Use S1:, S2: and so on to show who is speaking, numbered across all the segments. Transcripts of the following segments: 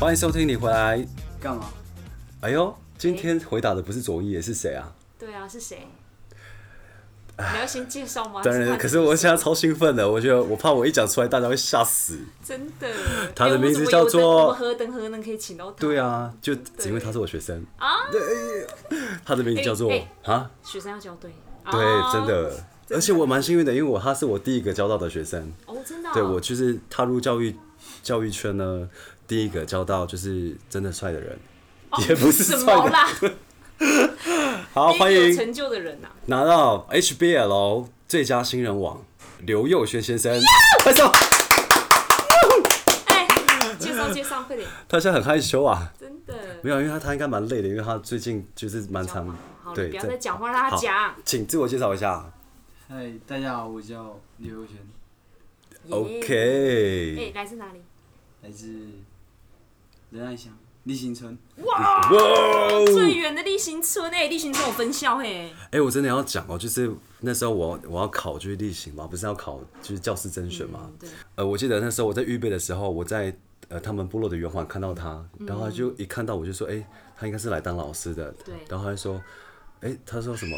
S1: 欢迎收听你回来。
S2: 干嘛？
S1: 哎呦，今天回答的不是左一，也是谁啊？
S3: 对啊，是谁？你要先介绍吗？
S1: 当然，可是我现在超兴奋的，我觉得我怕我一讲出来大家会吓死。
S3: 真的，
S1: 他的
S3: 哎我们
S1: 名
S3: 怎
S1: 字
S3: 么
S1: 叫
S3: 有在
S1: 做
S3: 我们何等何能可以请到他？
S1: 对，啊，就只因为他是我学生啊。对，他的名字叫做
S3: 哎
S1: 啊，
S3: 学生要交对，
S1: 对，
S3: 啊
S1: 真的。而且我蛮幸运的，因为我他是我第一个教到的学生。
S3: 哦，真的啊，
S1: 对我就是踏入教育教育圈呢，第一个交到就是真的帅的人，也不是
S3: 哦什
S1: 帅
S3: 么
S1: 的。
S3: 啦，
S1: 好，欢
S3: 第一个有
S1: 迎
S3: 成就的人呐，啊
S1: 拿到 HBL 最佳新人王刘佑轩先生，快手，
S3: 哎，介绍介绍，快点，
S1: 他现在很害羞啊。
S3: 真的
S1: 没有，因为他他应该蛮累的，因为他最近就是蛮
S3: 讲
S1: 常
S3: 嘛好了，
S1: 对。
S3: 不要
S1: 在
S3: 再讲话，让他
S1: 好
S3: 讲。
S1: 请自我介绍一下。
S2: 嗨，大家好，我叫刘佑轩，
S3: 耶
S1: OK，
S3: 哎，来自哪里？
S2: 来自仁爱乡立新村。
S3: 哇，
S1: 哇哦！
S3: 最远的立新村哎，立新村有分校哎，
S1: 哎、我真的要讲哦，就是那时候我我要考就是例行嘛，不是要考就是教师甄选嘛。
S3: 嗯对，
S1: 呃，我记得那时候我在预备的时候，我在呃他们部落的圆环看到他，
S3: 嗯
S1: 然后他就一看到我就说，哎、他应该是来当老师的。
S3: 对
S1: 然后他就说，哎、他说什么？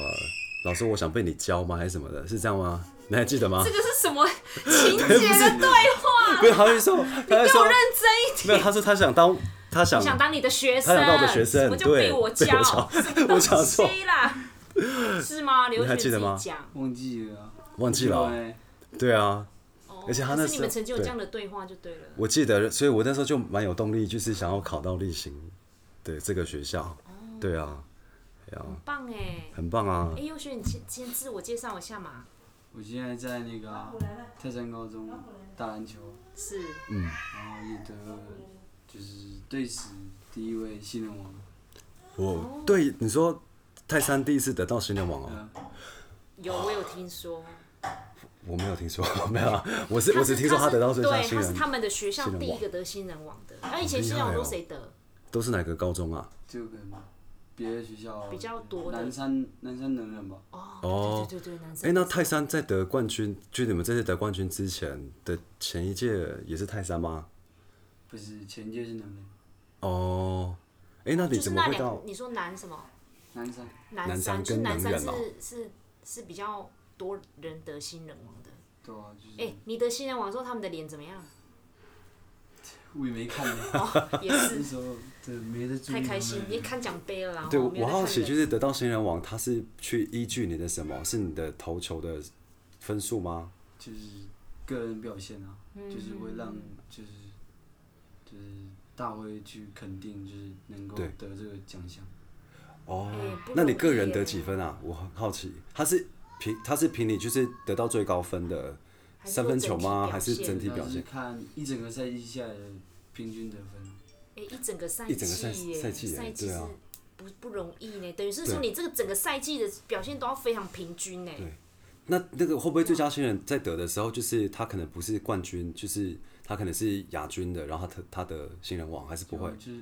S1: 老师，我想被你教吗？还是什么的？是这样吗？你还记得吗
S3: 这？个是什么情节的对话？
S1: 不是，他就说，他就
S3: 给我
S1: 说，
S3: 认真一点。
S1: 没有，他说他想当，他想
S3: 我想当你的学
S1: 嗯他
S3: 生，
S1: 想当我的学生
S3: 什么叫被我
S1: 对被
S3: 教
S1: 我教？ 我讲错
S3: 谁啦？是吗？刘
S1: 还
S3: 雪
S1: 记
S3: 自
S1: 得吗
S3: 己讲，
S2: 忘记了啊，
S1: 忘记了
S2: 有
S1: 哦，
S2: 欸
S1: 对啊，
S3: 哦
S1: 而且他那时候
S3: 可是你们曾经有这样的对话就对了。
S1: 我记得，所以我那时候就蛮有动力，就是想要考到立行，对这个学校，对啊，对啊，
S3: 很棒哎，
S1: 很棒啊
S3: 哎，，幼轩，你先先自我介绍一下嘛。
S2: 我现在在那个啊泰山高中打篮球，
S3: 是
S2: 然后也得就是队史第一位新人王。
S3: 哦
S1: 我对你说，泰山第一次得到新人王哦，
S3: 啊
S2: 嗯，
S3: 有我有听说，
S1: 我没有听说， 没有啊，我是
S3: 他
S1: 我只听说他
S3: 是
S1: 得到最佳
S3: 对，
S1: 新
S3: 他是
S1: 人，
S3: 他们的学校
S1: 新人
S3: 第
S1: 王
S3: 一个得新人王的。啊那以前新人
S1: 好
S3: 王
S1: 厉害哦
S3: 都谁得？
S1: 都是哪个高中啊？
S2: 就跟别的学校
S3: 比较多的
S2: 南山南山能人吧。
S3: 哦
S1: 哦，
S3: 对对对，男
S1: 哎、
S3: 生。
S1: 那泰山在得冠军，就你们这次得冠军之前的前一届也是泰山吗？
S2: 不是前届是能人，
S1: 哦，哎、那你怎
S3: 就是
S1: 么
S3: 那
S1: 会
S3: 两
S1: 到
S3: 个，？你说男什么？
S2: 南山
S3: 男
S1: 男
S3: 三
S1: 三
S3: 就是
S1: 跟
S3: 男
S1: 男
S3: 三
S1: 人
S3: 是
S1: 哦
S3: 是是比较多人得新人王的。
S2: 对啊，就是、
S3: 哎、你得新人王之后，他们的脸怎 么样？
S2: 我也没看呢，
S3: 哦，也
S2: 那
S3: 是
S2: 时候对没在注意
S3: 太
S2: 他
S3: 开
S2: 们
S3: 心，也看奖杯了啦。
S1: 欸对，
S3: 哦没有
S1: 我
S3: 在
S1: 好
S3: 看
S1: 奇，
S3: 人
S1: 就是得到新人王，他是去依据你的什么？是你的投球的分数吗？
S2: 就是个人表现啊，就是会让就是就是大会去肯定，就是能够
S1: 对
S2: 得这个奖项。
S1: 哦
S3: 哎不，
S1: 那你
S3: 容
S1: 个
S3: 易
S1: 人
S3: 耶
S1: 得几分啊？我很好奇，他是凭他是凭你就是得到最高分的
S3: 还是
S1: 三分球吗？
S3: 说
S1: 还是整
S3: 体
S1: 体
S3: 表
S1: 表
S2: 是
S1: 现？
S2: 看一整个赛季下来的平均得分，啊
S3: 现？哎、一整个赛
S1: 一整个赛
S3: 季耶，
S1: 赛季耶
S3: 赛季
S1: 对
S3: 是
S1: 啊
S3: 不不容易呢。等于是说
S1: 对
S3: 你这个整个赛季的表现都要非常平均呢。
S1: 对哦那那个会不会最
S3: 啊
S1: 佳新人在得的时候，就是他可能不是冠军，就是他可能是亚军的，然后他得他的新人王还是不会
S2: 就？就是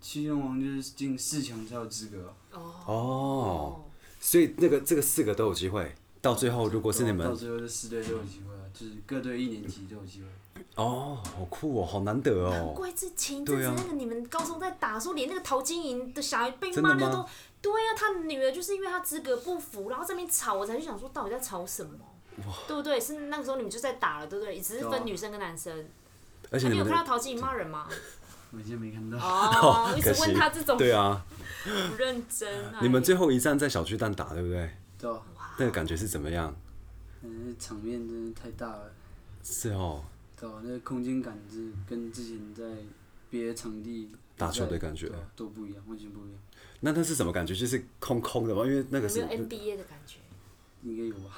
S2: 七人王就是进四强才有资格啊、
S3: 哦
S1: 哦，所以那个这个四个都有机会，到最后如果是你
S3: 啊
S2: 到
S1: 们
S2: 最后这四队都有机会啊，就是各队一年级都有机会。
S1: 哦，好酷哦，好难得
S3: 难
S1: 哦。
S3: 怪之前一阵
S1: 对
S3: 子
S1: 啊
S3: 那个你们高中在打的时候，连那个陶晶莹的小孩被
S1: 真的
S3: 骂那个
S1: 吗
S3: 都，对呀、啊，他女儿就是因为他资格不符，然后这边吵，我才去想说到底在吵什么，对不对？是那个时候你们就在打了，对不对？只是
S2: 对
S3: 分
S2: 啊
S3: 女生跟男生。
S1: 而且
S3: 啊
S1: 你
S3: 你有
S1: 们的
S3: 看到陶晶莹骂人吗？
S2: 我现在没看到，
S3: 哦，我一直
S1: 可惜
S3: 问他这种
S1: 对啊，
S3: 不认真啊。
S1: 你们最后一站在小巨蛋打，对不对？
S2: 对啊，
S1: 那个感觉是怎么样？
S2: 嗯，场面真的太大了，
S1: 是哦，
S2: 对啊，那个空间感是跟之前在别的场地
S1: 打球的
S2: 在
S1: 感觉
S2: 对啊都不一样，完全不一样，
S1: 那那是什么感觉？就是空空的吗？因为那个
S3: 有没
S1: 是嗯
S3: 有 NBA 的感觉？
S2: 应该有吧。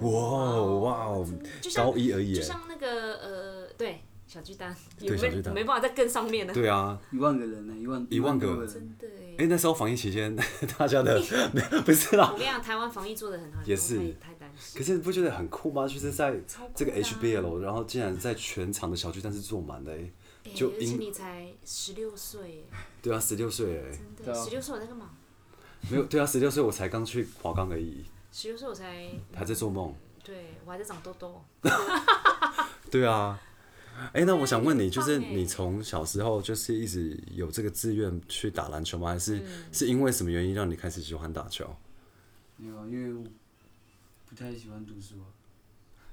S1: 哇哦哇哦，
S3: 就像
S1: 高一而已
S3: 就
S1: 耶。
S3: 像那个呃，对小巨蛋，也
S1: 对小
S3: 没
S1: 巨蛋
S3: 没办法再更上面了。
S1: 对啊，
S2: 一万个人呢、一万
S1: 一万个
S2: 多个人，
S3: 真的耶
S1: 哎，那时候防疫期间， 大家的不是啦
S3: 我，跟你讲，台湾防疫做的很好，你
S1: 也
S3: 不
S1: 是
S3: 用太太担心。
S1: 可是你不觉得很酷吗？就是在
S3: 超酷
S1: 这个
S3: 的啊
S1: HBL，然后竟然在全场的小巨蛋是坐满的耶，
S3: 哎
S1: 就
S3: 而且
S1: 因
S3: 你才十六岁耶，
S1: 对啊，十六岁哎，
S3: 真
S2: 对
S3: 的，
S2: 啊
S3: 十六岁我在干嘛？
S1: 没有对啊，十六岁我才刚去华冈而已，
S3: 十六岁我才，
S1: 还在做梦。
S3: 对我还在长痘痘。
S1: 对啊，哎、那我想问你，
S3: 很
S1: 就
S3: 棒
S1: 是
S3: 欸
S1: 你从小时候就是一直有这个志愿去打篮球吗？还
S3: 嗯
S1: 是是因为什么原因让你开始喜欢打球？
S2: 没有啊，因为我不太喜欢读书啊。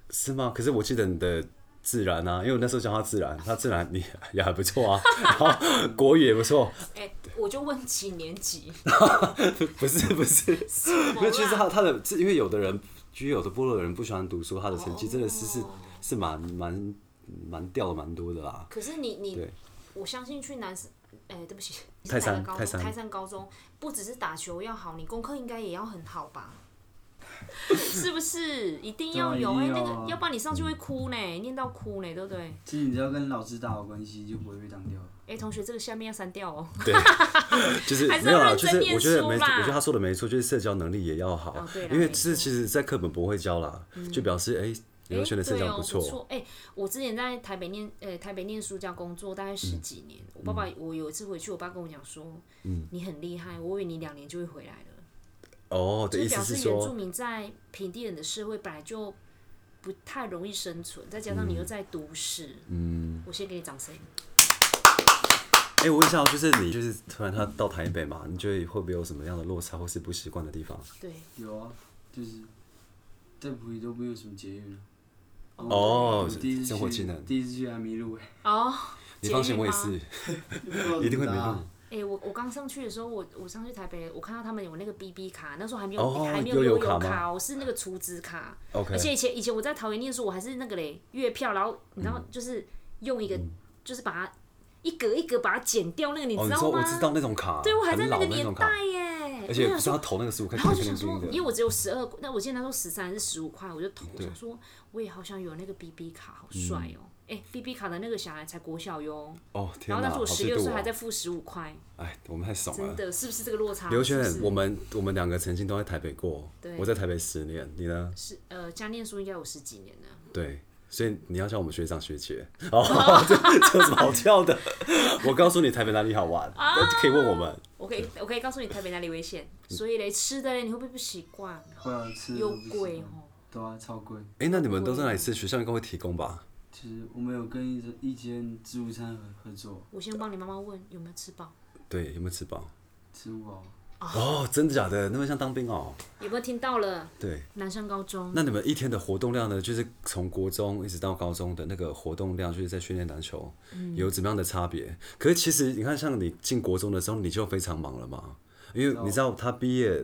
S1: 是吗？可是我记得你的自然啊，因为我那时候教他自然，他自然你也还不错 啊，然后国语也不错，
S3: 哎、我就问几年级？
S1: 不是不 是，
S3: 没
S1: 没有，其实他
S3: 啊
S1: 他的因为有的人，其实有的部落的人不喜欢读书，他的成绩真的是是
S3: 哦
S1: 是蛮蛮蛮掉的蛮多的啦。
S3: 可是你你
S1: 对，
S3: 我相信去南山，哎、对不起，
S1: 泰山
S3: 你是哪个高中
S1: 泰山
S3: 泰山高中不只是打球要好，你功课应该也要很好 吧？是不是一定要有？哎、
S2: 对啊一定
S3: 那
S2: 要啊
S3: 个，要不然你上
S1: 嗯
S3: 去会哭呢，念到哭呢，对不对？
S2: 其实你只要跟老师打好关系，就不会被挡掉了。
S3: 哎、同学，这个下面要删掉哦。
S1: 就是
S3: 还是
S1: 没有啦，
S3: 认
S1: 就
S3: 真
S1: 是
S3: 念
S1: 我觉得
S3: 书
S1: 没，我
S3: 啦
S1: 觉得他说的没错，就是社交能力也要好
S3: 哦对啦，
S1: 因为
S3: 没
S1: 是
S3: 错
S1: 其实，在课本不会教啦，就表示哎，
S3: 哎，
S1: 刘轩的社
S3: 对
S1: 交
S3: 哦
S1: 不
S3: 不
S1: 错，。
S3: 哎、我之前在台北念，呃、台北念书加工作大概十
S1: 嗯
S3: 几年。我爸爸，我有一次回去，我爸跟我讲说，
S1: 嗯
S3: 你很厉害，我以为你两年就会回来了。
S1: 哦的
S3: 就
S1: 意
S3: 表
S1: 思是
S3: 示原住
S1: 说，
S3: 民在平地人的社会本来就不太容易生存，再加上你又在都市，嗯，我先给你掌声。
S1: 哎，我问一下哦，就是你就是突然他到台北嘛，你觉得会不会有什么样的落差或是不习惯的地方？
S3: 对，
S2: 有啊，就是在普里都没有什么捷运啊。
S1: 哦
S2: 我第一次
S1: 生活机
S2: 去
S1: 能，
S2: 第一次去还迷路哎、
S3: 哦，
S1: 你放
S3: 捷
S1: 心，
S3: 运
S1: 我也
S3: 吗
S1: 是，
S2: 不知道怎么
S1: 一定会迷
S2: 搭
S1: 路
S2: 啊。。
S3: 哎、我我刚上去的时候，我我上去台北，我看到他们有那个 BB 卡，那时候还没有、
S1: 哦
S3: 还没
S1: 悠
S3: 悠
S1: 游卡吗
S3: 卡哦，是那个储值卡。
S1: OK，
S3: 而且以前以前我在桃园念书，我还是那个嘞月票，然后你知
S1: 嗯
S3: 道就是用一个、就是把它一格一格把它剪掉，那个你
S1: 哦，
S3: 知
S1: 你
S3: 道
S1: 说
S3: 吗？
S1: 我知道那种卡，
S3: 对，我还在
S1: 很
S3: 那
S1: 老
S3: 个
S1: 的那种
S3: 年
S1: 卡，
S3: 代耶。
S1: 而且
S3: 我
S1: 不
S3: 想
S1: 是他
S3: 说
S1: 投那个十五块
S3: 然后
S1: 钱
S3: 我就
S1: 冰
S3: 想 说
S1: 冰，的
S3: 因为，我只有十二，那我记得那时候十三还是十五块，我就投，我
S1: 对嗯
S3: 想说我也好想有那个 BB 卡，好帅哦、哎、b b 卡的那个小孩才国小哟，
S1: 哦
S3: 然
S1: 天
S3: 后
S1: 哪，
S3: 那时候
S1: 好
S3: 我十
S1: 嫉
S3: 六
S1: 妒
S3: 岁还
S1: 哦！
S3: 在付十五块，
S1: 哎，我们太爽
S3: 真
S1: 了。
S3: 的是不是这个落差？
S1: 刘轩
S3: 是不，是
S1: 我们我们两个曾经都在台北过
S3: 对，
S1: 我在台北十年，你呢？
S3: 是呃加念书应该有十几年了。
S1: 对，所以你要叫我们学长学姐 哦，这这有什么好跳的？ 我告诉你台北哪里好玩，呃可以问我们。
S3: 我可以我可以告诉你台北哪里危险，
S1: 嗯
S3: 所以嘞吃的嘞你会不会不习惯？
S2: 会啊，吃的
S3: 又
S2: 都不习
S3: 贵
S2: 惯
S3: 哦，
S2: 对啊，超贵。
S1: 哎、那你们都在哪里吃？学校应该会提供吧？
S2: 其实我们有跟一间一间自助餐合合作，
S3: 我先帮你妈妈问有没有吃饱，
S1: 对，有没有吃饱？
S2: 吃不饱。
S1: 哦，真的假的？那么像当兵哦。
S3: 有没有听到了？
S1: 对，
S3: 南山高中
S1: 那你们一天的活动量呢？就是从国中一直到高中的那个活动量，就是在训练篮球，
S3: 嗯
S1: 有怎么样的差别？可是其实你看，像你进国中的时候，你就非常忙了嘛，因为你知道他毕业，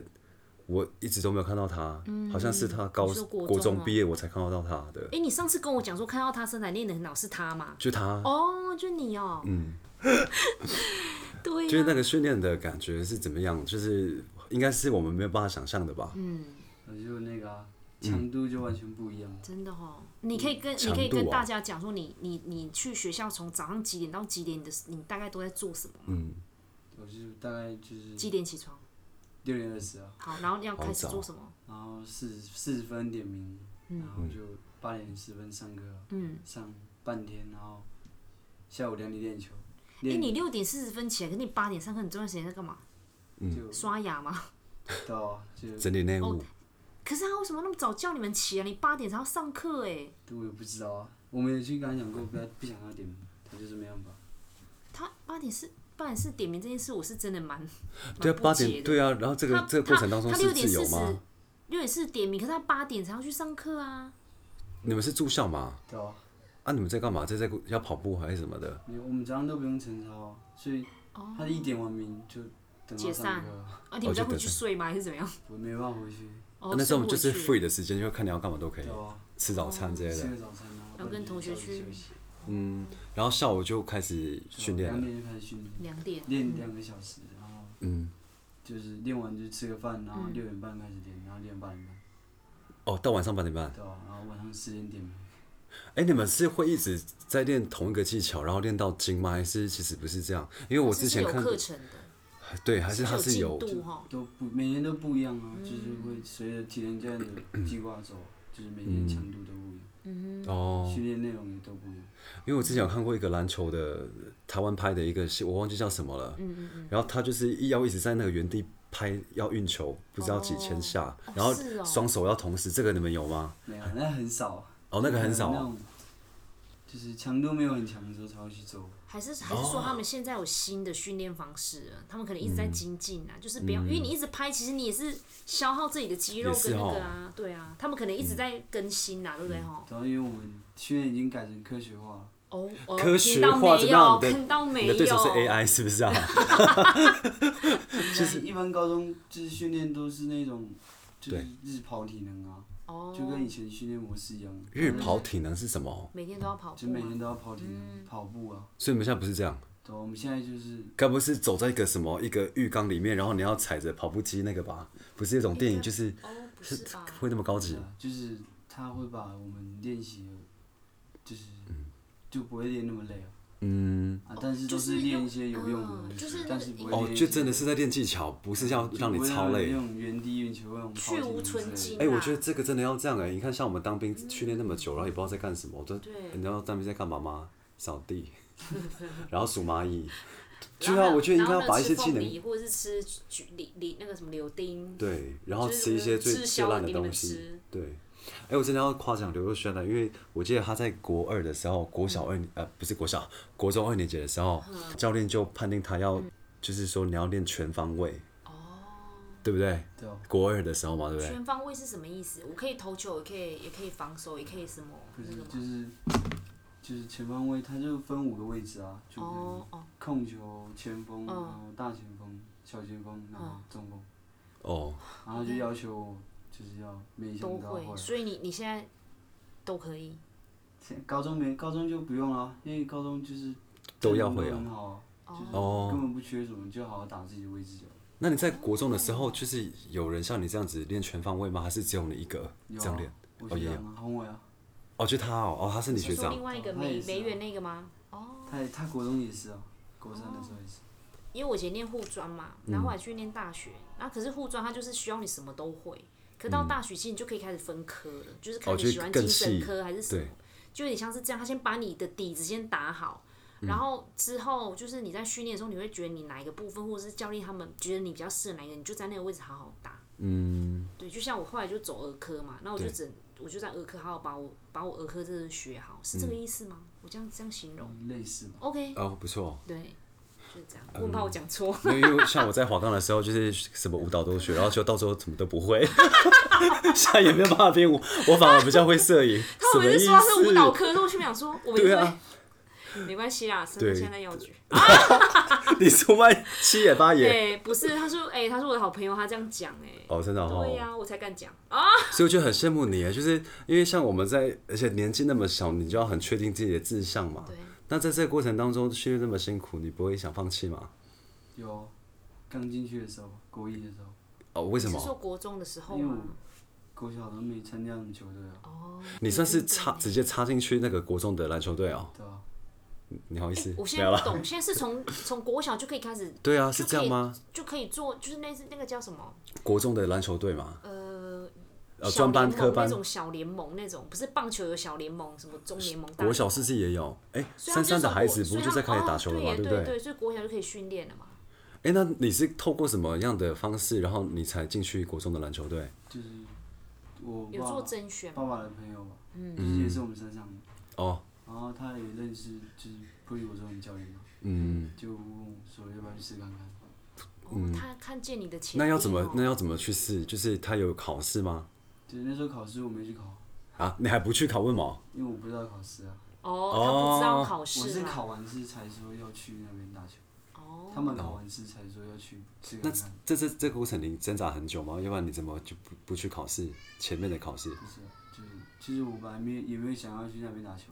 S1: 我一直都没有看到他，好像是他高
S3: 嗯你说国中哦
S1: 中毕业我才看得到他的，
S3: 哎、你上次跟我讲说看到他身材练得很好是他吗？
S1: 就他。
S3: 哦，就你哦。嗯。 对 啊
S1: 就是
S3: 呀、
S1: 那个训练的感觉是怎么样？就是应该是我们没有办法想象的吧？
S3: 嗯
S2: 我就那个啊，强度就完全不一样了。
S3: 真的哦。你可以跟、你
S1: 强度
S3: 可以跟
S1: 啊
S3: 大家讲说你，你你去学校从早上几点到几点，你的你大概都在做什么？
S2: 我就大概就是
S3: 几点起床？
S2: 六点二十啊，
S3: 好，然后要开
S1: 嗯
S3: 始
S1: 好早
S3: 做什么？
S2: 然后四四十分点名，然后就八点十分上课，
S3: 嗯，
S2: 上半天，然后下午两点练球，
S3: 哎、
S2: 练
S3: 你六点四十分起来，跟你八点上课，你这段时间在干嘛？
S2: 就
S3: 刷牙吗？
S2: 到啊就
S1: 整理内务，
S3: 哦可是他为什么那么早叫你们起来？啊你八点才要上课哎、
S2: 我也不知道啊，我们也去跟他讲过，不要不想要点名，他就是没办法。
S3: 他八点是八点是点名这件事，我是真的蛮
S1: 对
S3: 蛮
S1: 啊，
S3: 不
S1: 八
S3: 解
S1: 点
S3: 的
S1: 对啊，然后这个
S3: 他
S1: 这个过程当中
S3: 他
S1: 是
S3: 六点
S1: 自由
S3: 四十
S1: 吗？
S3: 六点四十点名，可是他八点才要去上课啊。
S1: 你们是住校吗？
S2: 对啊，
S1: 啊，你们在干嘛？在在要跑步还是什么的？
S2: 没有我们早上都不用晨操啊，所以他一点完名就等到
S3: 解
S2: 上
S3: 散
S2: 课啊，
S3: 啊，你
S1: 哦就
S3: 们再回
S1: 等
S3: 去
S1: 着
S3: 睡吗？还是怎么样？
S2: 我没办法回去。
S3: 哦，
S1: 那时候我们就是
S3: 睡回
S1: free 的时间，就看你要干嘛都可以
S2: 对，啊，
S1: 吃早餐之类
S2: 吃
S1: 的。
S2: 个早餐啊，
S3: 然后跟同学去
S1: 嗯，然后下午就开始训练啊
S2: 两
S1: 了。
S2: 点就开始训练，
S3: 去两点。
S2: 练两个小时，然后
S1: 嗯，
S2: 就是练完就吃个饭，然后六点半开始练，然后练半点，
S1: 哦，到晚上八点半。
S2: 对啊，然后晚上十点点名，
S1: 哎，你们是会一直在练同一个技巧，然后练到精吗？还是其实不是这样？因为我
S3: 是
S1: 之
S3: 不是
S1: 前
S3: 有
S1: 看，
S3: 课程的，
S1: 对，还是它是
S3: 有
S1: 有
S3: 进度哦哈。
S2: 都不每天都不一样啊，就是会随着体能教练的计划走，就是每天强度都不一样，
S1: 哦，
S2: 训练内容也都不一样。
S1: 因为我之前有看过一个篮球的台湾拍的一个戏，我忘记叫什么了。
S3: 嗯
S1: 然后他就是一要一直在那个原地拍，要运球，不知道几千下，
S3: 哦
S1: 然后
S3: 是哦
S1: 双手要同时，这个你们有吗？
S2: 没有，那很少。
S1: 哦，那个很少、
S2: 那
S1: 啊。
S2: 种就是强度没有很强的时候才会去做。
S3: 还是还是说他们现在有新的训练方式了，他们可能一直
S1: 嗯
S3: 在精进啊，就是不要，因为你一直拍，其实你也是消耗自己的肌肉
S1: 也是
S3: 跟那
S1: 哦嗯
S3: 个啊，对啊，他们可能一直在更新啊啦，对不对哈？
S2: 然后因为我们训练已经改成科学化了，
S3: 哦，哦
S1: 科学
S3: 听到
S1: 化
S3: 没
S1: 就
S3: 有？
S1: 让你的
S3: 看到没
S1: 你
S3: 有？
S1: 的对手是 AI 是不是 啊？
S2: 其实一般高中就是训练都是那种就是
S1: 对
S2: 日跑体能啊，
S3: 哦，
S2: 就跟以前训练模式一样，
S1: 日跑体能是什么？
S3: 每天都要跑步啊
S2: 就每天
S3: 吗？
S2: 都要跑体能、跑步啊。
S1: 所以你们现在不是这样，
S2: 对，我们现在就是
S1: 该不会是走在一个什么一个浴缸里面，然后你要踩着跑步机那个吧？不是那种电影，就是
S3: 哦，不是吧？
S1: 会那么高级
S2: 对。啊，就是他会把我们练习的，就是就不会练那么累啊。
S1: 嗯，
S2: 啊，但
S3: 哦
S2: 是都
S3: 就是是用
S2: 练一些有用的
S3: 嗯
S2: 东西，
S3: 就是那
S2: 但
S3: 个
S2: 是不会
S1: 哦，
S2: 练一
S1: 就
S2: 些
S1: 真的是在练技巧，不是要让
S3: 啊
S1: 你超累
S2: 那。种原地运球，那种
S3: 去无存
S2: 精。
S3: 精
S1: 哎、我
S3: 啦。
S1: 觉得这个真的要这样哎、你看，像我们当兵训练那么久，然后也不知道在干什么，我都
S3: 对
S1: 你知道当兵在干嘛吗？扫 地，然后数蚂蚁。对
S3: 然后
S1: 啊，
S3: 呢
S1: 我觉得应
S3: 然
S1: 该
S3: 后
S1: 要
S3: 呢
S1: 把一
S3: 吃
S1: 些技
S3: 凤
S1: 能
S3: 梨或者是吃橘梨梨那个什么柳丁，
S1: 对，然后
S3: 就是
S1: 吃一些最
S3: 滞
S1: 最
S3: 销
S1: 烂的
S3: 的给你
S1: 东
S3: 们
S1: 西
S3: 吃。
S1: 对，哎、我真的要夸奖刘若瑄了，因为我记得她在国二的时候，国小二呃不是国小，国中二年级的时候，
S3: 嗯
S1: 教练就判定她要，就是说你要练全方位，对不对？
S2: 对哦，
S1: 国二的时候嘛，对不对？
S3: 哦全方位是什么意思？我可以投球，也可以也可以防守，也可以什么
S2: 不
S3: 那
S2: 是
S3: 个吗？
S2: 就是就是前方位，它就分五个位置啊，就可能
S3: 哦哦，
S2: 控球、前锋，
S3: 哦
S2: 然后大前锋、小前锋，然
S3: 嗯
S2: 后中锋，
S1: 哦，
S2: 然后就要求我就是要每项
S3: 都
S2: 都要会
S3: 会，。所以你你现在都可以。
S2: 现在高中没高中就不用了，因为高中就是
S1: 都要会
S2: 真的
S1: 啊
S2: 很好啊，
S1: 哦
S2: 根本不缺什么，就好好打自己的位置就好。
S1: 那你在国中的时候，就是有人像你这样子练全方位吗？还是只有你一个
S2: 有
S1: 这样
S2: 啊
S1: 练？，
S2: 我
S1: 哦
S2: 学
S1: 也
S2: 长啊，红伟啊，
S1: 哦，就他哦，哦，他是你学
S3: 是说
S1: 长
S3: 另外一个
S2: 他
S3: 梅
S2: 也是啊
S3: 梅园那个吗？哦，
S2: 他也他国中也是啊，国三的时候也是。
S3: 因为我以前念护专嘛，
S1: 嗯
S3: 然后后来去念大学，然后可是护专它就是需要你什么都会，可到大学其实你就可以开始分科了，就是看
S1: 嗯哦
S3: 你
S1: 就
S3: 喜欢
S1: 更
S3: 精神
S1: 细
S3: 科还是什么
S1: 对，
S3: 就有点像是这样，他先把你的底子先打好。
S1: 嗯
S3: 然后之后就是你在训练的时候，你会觉得你哪一个部分，或者是教练他们觉得你比较适合哪一个，你就在那个位置好好打。嗯，对，就像我后来就走儿科嘛，那我就
S1: 对
S3: 整我就在儿科好好把我把我儿科这个学好，是这
S1: 嗯
S3: 个意思吗？我这样这样形容
S2: 类似吧，
S3: ，OK，
S1: 哦，不错。
S3: 对，就是这样。我很怕我讲错，
S1: 因为因为像我在华冈的时候，就是什么舞蹈都学，然后就到最后什么都不会， 现在也没有办法编舞，我反而比较会摄影，
S3: 他
S1: 什么
S3: 们
S1: 意
S3: 是说他是舞蹈
S1: 思？
S3: 科，那我心里想说，我们
S1: 对
S3: 也
S1: 啊，
S3: 会 没关系啦，生
S1: 对
S3: 现在要举。
S1: 你出卖七爷八爷
S3: 对，不是，他说，哎，他是我的好朋友，他这样讲，哎，
S1: 哦，真的哦
S3: 对，呀，我才敢讲啊。
S1: 所以我就很羡慕你耶，就是因为像我们在，而且年纪那么小，你就要很确定自己的志向嘛。
S3: 对，
S1: 那在这个过程当中，训练那么辛苦，你不会想放弃吗？
S2: 有啊刚进去的时候，国一的时候，
S1: 哦，为什
S3: 是说
S1: 么？
S3: 国中的时候
S2: 因为
S3: 吗
S2: 我？国小都没参加什么球队啊，
S3: 哦，
S1: 你算是插直接插进去那个国中的篮球队哦，
S2: 对啊，
S1: 你好意思？
S3: 哎我现
S1: 没有
S3: 在不
S1: 啦
S3: 懂，现在是从 从国小就可以开始，
S1: 对啊，
S3: 就可
S1: 是
S3: 以
S1: 这样吗？
S3: 就可以做，就是那是那个叫什么？
S1: 国中的篮球队嘛，
S3: 呃，
S1: 呃，
S3: 小
S1: 专
S3: 联
S1: 班、
S3: 盟
S1: 科
S3: 那
S1: 班，
S3: 种小联盟那种，不是棒球有小联盟，什么中联盟、大
S1: 国
S3: 联
S1: 小
S3: 盟
S1: 是不是也有？哎、
S3: 所以他
S1: 三
S3: 们
S1: 三的
S3: 从
S1: 孩
S3: 国
S1: 子
S3: 所
S1: 不
S3: 以
S1: 就
S3: 他
S1: 在
S3: 们
S1: 开始
S3: 哦
S1: 打球了嘛，
S3: 对
S1: 不
S3: 耶
S1: 对？
S3: 对所以国小就可以训练了嘛。
S1: 哎、那你是透过什么样的方式，然后你才进去国中的篮球队？
S2: 就是我
S3: 有
S2: 爸
S3: 做嗯甄选吗
S2: 爸爸的朋友吧，
S1: 嗯
S2: 就是也是我们山上的，
S1: 哦，
S2: 然后他也认识就是普利国中的教练嘛，
S1: 嗯，
S2: 就问我说要不要去试看看，
S3: 哦他看见你的潜力、
S1: 那
S3: 哦，
S1: 要怎么那要怎么去试？就是他有考试吗？
S2: 就是那时候考试我没去考，
S1: 啊，你还不去考问毛？
S2: 因为我不知道考试啊，
S3: 哦，他不知道考
S2: 我
S3: 试
S2: 是
S3: 啦
S2: 考完试才说要去那边打球，
S3: 哦，
S2: 他们考完试才说要去试
S1: 那
S2: 看看，
S1: 这这这个过程你挣扎很久吗？要不然你怎么就不不去考试前面的考试？啊
S2: 不是啊，就是其实我本来没有也没有想要去那边打球，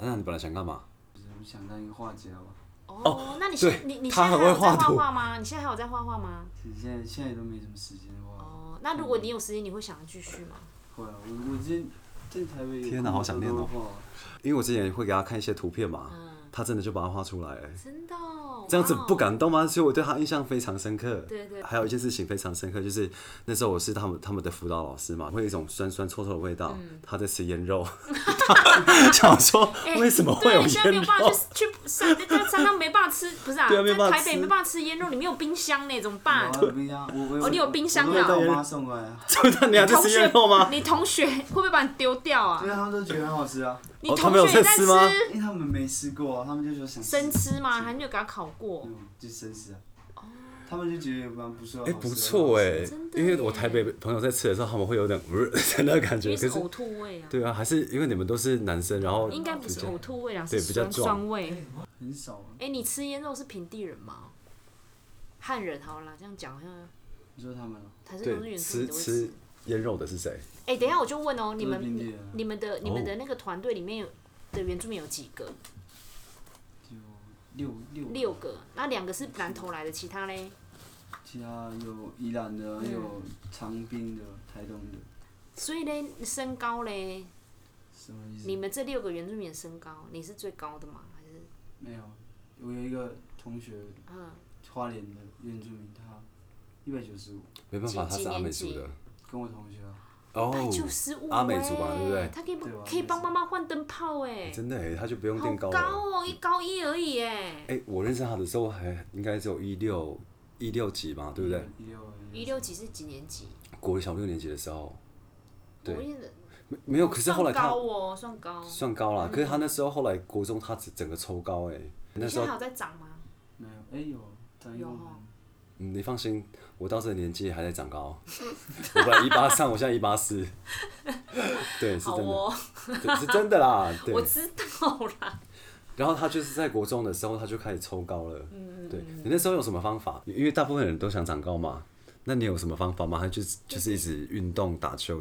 S1: 那你本来想干嘛？
S2: 就是我想当一个画家吧。
S3: 哦，那你现在你你现
S1: 他
S3: 在还
S1: 很会
S3: 有在
S1: 画
S3: 画
S1: 图
S3: 画吗？你现在还有在画画吗？
S2: 其实现在现在都没什么时间的话，
S3: 哦，那如果你有时间，你会想要继续吗？
S2: 会啊，我我之前在台北有
S1: 天哪好想念哦
S2: 空的时候画
S3: 嗯
S1: 因为我之前会给他看一些图片嘛，他真的就把它画出来、欸
S3: 真的哦、
S1: 这样子
S3: 哇哦
S1: 不感动吗？所以我对他印象非常深刻。
S3: 对对
S1: 还有一件事情非常深刻，就是那时候我是他们他们的辅导老师嘛，会有一种酸酸臭臭的味道。他在吃腌肉， 想说
S3: 嗯 哎
S1: 为什么会有
S3: 对，现在没
S1: 腌
S3: 有
S1: 肉？
S3: 办法去去山，在山上没办法吃，不是啊，
S1: 对啊没办
S3: 在
S1: 法
S3: 台北
S1: 吃
S3: 没办法吃腌肉，你没有冰箱呢，怎么 办？
S2: 有啊冰箱，我我
S3: 哦你有冰箱
S2: 我
S3: 的
S2: 都
S3: 啊
S2: 会带我妈送过来啊。
S1: 就那你还在
S3: 同
S1: 吃
S3: 学
S1: 腌肉吗？
S3: 你同学会不会把你丢掉啊
S2: 对？啊，他们都觉得很好吃啊，
S3: 你
S1: 哦
S3: 同
S1: 他们有
S3: 学也
S1: 在
S3: 在
S1: 吃吗
S2: 因为他们没吃过啊，他们就说想吃
S3: 生吃吗？还没有给他烤过？
S2: 嗯，就生吃啊。他们就觉得蛮不错，
S1: 哎、
S2: 好
S1: 不
S2: 吃啊
S1: 错哎、
S3: 真的
S1: 因为我
S3: 耶
S1: 台北朋友在吃的时候，他们会有点呃 那个感
S3: 因
S1: 觉，
S3: 为
S1: 可
S3: 是
S1: 是
S3: 呕吐味啊，
S1: 对啊，还是因为你们都是男生，然后哦
S3: 应该不是
S1: 比较
S3: 呕吐味啊，
S1: 对
S3: 是
S1: 比较
S3: 酸
S1: 壮
S3: 酸味。
S2: 很少啊。
S3: 哎，你吃腌肉是平地人吗？汉人好啦，这样讲好像
S2: 你说他们啊
S3: 还是
S1: 对
S3: 都是原住
S1: 吃
S3: 民都会吃
S1: 吃。腌肉的是谁？
S3: 哎、等一下我就问哦、你们
S2: 都是平地人啊
S3: 你们的你们
S1: 哦
S3: 的那个团队里面有的原住民有几个？
S2: 就六六
S3: 六，个，那两个是南投来的，其他嘞？
S2: 其他有宜兰的，
S3: 嗯
S2: 有长滨的，台东的，
S3: 所以嘞，身高嘞，
S2: 什么意思？
S3: 你们这六个原住民的身高，你是最高的吗？还是
S2: 没有，我有一个同学，
S3: 嗯，
S2: 花莲的原住民，他一百九十五，
S1: 没办法，
S3: 几
S1: 他
S3: 几
S1: 是阿
S3: 年
S1: 美族
S3: 级
S1: 的
S2: 跟我同学啊，
S1: 哦
S3: 百九十五，欸
S1: 阿美族吧对不对
S3: 他可以
S2: 对吧
S3: 可以帮妈妈换灯泡哎、
S1: 欸真的哎、他就不用
S3: 好
S1: 垫了。
S3: 高哦、一高一而已哎、
S1: 哎、我认识他的时候还应该只有一六一六级吧，啊对不
S3: 嗯
S1: 对？
S2: 一六
S3: 一六几是几年级？
S1: 国小六年级的时候，对
S3: 我印的
S1: 没没有，可是后来
S3: 算
S1: 他
S3: 高嗯哦、算高。
S1: 算高啦，可是他那时候后来国中他整整个抽高哎、那
S3: 你
S1: 时
S3: 现在
S1: 候
S3: 还有在长吗？
S2: 没有，哎有，长一
S3: 有
S2: 公分
S3: 哦，
S1: 嗯你放心，我到这个年纪还在长 高，我本来一八三，我现在一八四， 对，是
S3: 好
S1: 真的，
S3: 哦、
S1: 对是真的 啦，对
S3: 我。知道啦。
S1: 然后他就是在国中的时候，他就开始抽高了。
S3: 嗯
S1: 对，你那时候有什么方法？因为大部分人都想长高嘛，那你有什么方法吗？还就是
S3: 嗯
S1: 就是一直运动、打球、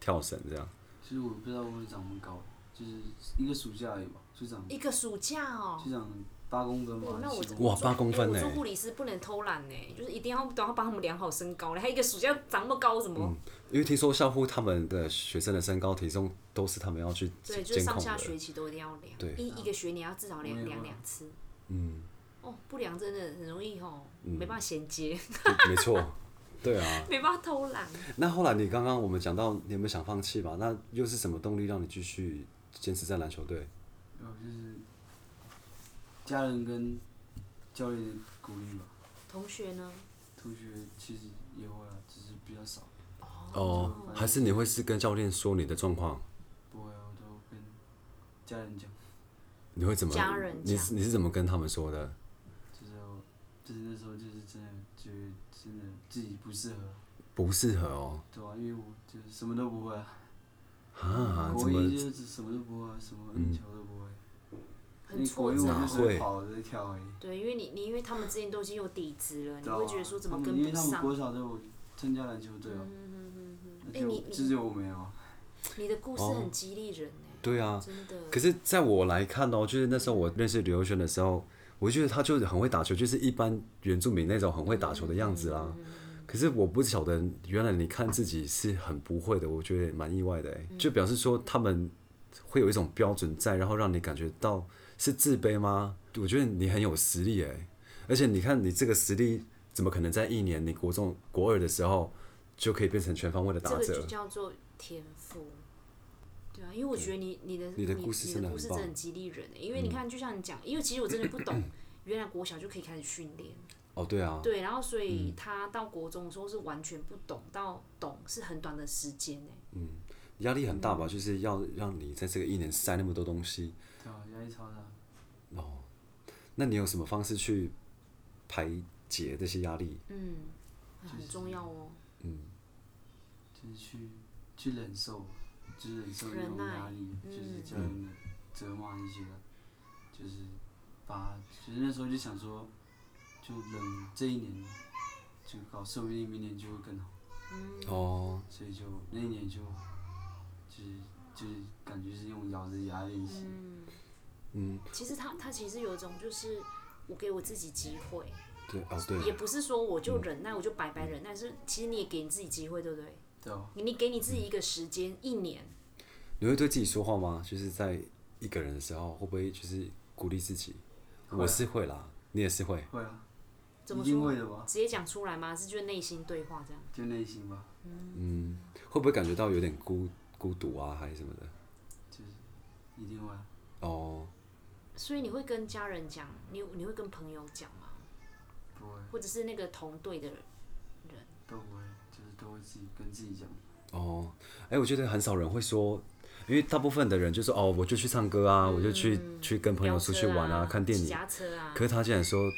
S1: 跳绳这样？
S2: 其实我不知道我长那么高，就是一个暑假而已吧，就长
S3: 一个暑假哦、
S2: 就长八公分吧
S3: 哇，哦那，我
S2: 七公
S1: 哇
S3: 我
S1: 八公分
S3: 哎
S1: 欸
S3: 我做护理师不能偷懒呢、欸就是一定要都要帮他们量好身高嘞。还有一个暑假长那么高，怎么？
S1: 嗯因为听说校护他们的学生的身高体重都是他们要去
S3: 对，就是
S1: 监
S3: 上
S1: 控
S3: 下
S1: 的。
S3: 学期都一定要量，
S1: 对
S3: 一一个学年要至少
S2: 我
S3: 量
S2: 也
S3: 量
S2: 会
S3: 两次。
S1: 嗯，
S3: 哦，不量真的很容易吼，没办法衔接，
S1: 没没错，对啊。
S3: 没办法偷懒。
S1: 那后来你刚刚我们讲到你有没有想放弃吧？那又是什么动力让你继续坚持在篮球队？
S2: 然后就是家人跟教练的鼓励吧，
S3: 同学呢？
S2: 同学其实也会啊，只是比较少，
S1: 哦，还是你会是跟教练说你的状况？
S2: 不会啊，我都跟家人讲，
S1: 你会怎么？
S3: 家人
S1: 你
S3: 讲
S1: 是你是怎么跟他们说的？
S2: 就是我就是那时候就是真的觉得真的自己不适合，
S1: 不适合哦，
S2: 对吧、因为我就是什么都不会啊，
S1: 啊，怎
S2: 国
S1: 么
S2: 一就是什么都不会啊，什么
S1: 嗯
S2: 篮球都不会，
S3: 很
S2: 你
S3: 挫
S2: 国一
S3: 折
S2: 我
S1: 哪
S2: 就
S1: 会
S2: 是会跑着跳而已。
S3: 对，因为你你因为他们之前都已经有底子了，你
S2: 对啊
S3: 会觉得说怎么
S2: 他们
S3: 跟
S2: 因为
S3: 不
S2: 他们
S3: 上？
S2: 国小都有参加篮球队啊，而
S3: 哎
S2: 且
S3: 你
S2: 我只有我没有啊，
S3: 你的故事
S1: 哦
S3: 很激励人呢，
S1: 对啊，
S3: 真
S1: 可
S3: 的。
S1: 是在我来看哦，就是那时候我认识刘轩的时候，我就觉得他就是很会打球，就是一般原住民那种很会打球的样子
S3: 嗯
S1: 啦。可是我不晓得，原来你看自己是很不会的，我觉得蛮意外的
S3: 嗯
S1: 哎，就表示说他们会有一种标准在，然后让你感觉到是自卑吗？我觉得你很有实力哎，而且你看你这个实力，怎么可能在一年你国中国二的时候就可以变成全方位的打
S3: 这个
S1: 者？
S3: 就叫做天赋。对啊，因为我觉得你你的
S1: 你的故事
S3: 你
S1: 真的
S3: 的
S1: 很
S3: 故事真
S1: 棒嗯
S3: 的很激励人欸，因为你看，就像你讲，因为其实我真的不 懂，原来国小就可以开始训练，
S1: 哦，对啊，
S3: 对，然后所以他到国中的时候是完全不懂到懂是很短的时间欸呢。
S1: 压力很大吧，就是要让你在这个一年塞那么多东西。
S2: 对啊，压力超大。
S1: 哦，那你有什么方式去排解这些压力？
S3: 嗯，很重要哦。
S2: 就是去去忍受，就是忍受那
S3: 忍
S2: 种
S3: 耐嗯
S2: 压力，就是家人的责骂一些啊，就是把，其实那时候就想说，就忍这一年，就搞，说不定明年就会更好，
S1: 哦，
S2: 所以就那一年就，就是就是感觉是用咬着牙练
S3: 嗯
S2: 习，
S1: 嗯，
S3: 其实他他其实有一种就是我给我自己机会，
S1: 对，哦对，嗯
S3: 也不是说我就忍耐，我就白白忍耐，是其实你也给你自己机会，对不对？
S2: 对吧？
S3: 你你给你自
S1: 嗯
S3: 己一个时间，一年，
S1: 你会对自己说话吗？就是在一个人的时候，会不会就是鼓励自己？
S2: 会啊
S1: 我是会啦，你也是会。
S2: 会啊，
S3: 怎么
S2: 一定
S3: 说？
S2: 会的吧，
S3: 直接讲出来吗？还是就是内心对话这样？
S2: 就内心吧，
S1: 嗯，会不会感觉到有点孤孤独啊，还是什么的？
S2: 就是一定会啊。
S1: 哦，
S3: 所以你会跟家人讲，你你会跟朋友讲吗？
S2: 不会，
S3: 或者是那个同队的人？
S2: 都不会，就是都会自己跟自己讲。
S1: 哦，哎、我觉得很少人会说，因为大部分的人就说哦，我就去唱歌啊，我就去去跟朋友出去玩
S3: 嗯飙车啊，
S1: 看电
S3: 骑
S1: 影。
S3: 脚车啊，
S1: 可是他竟然说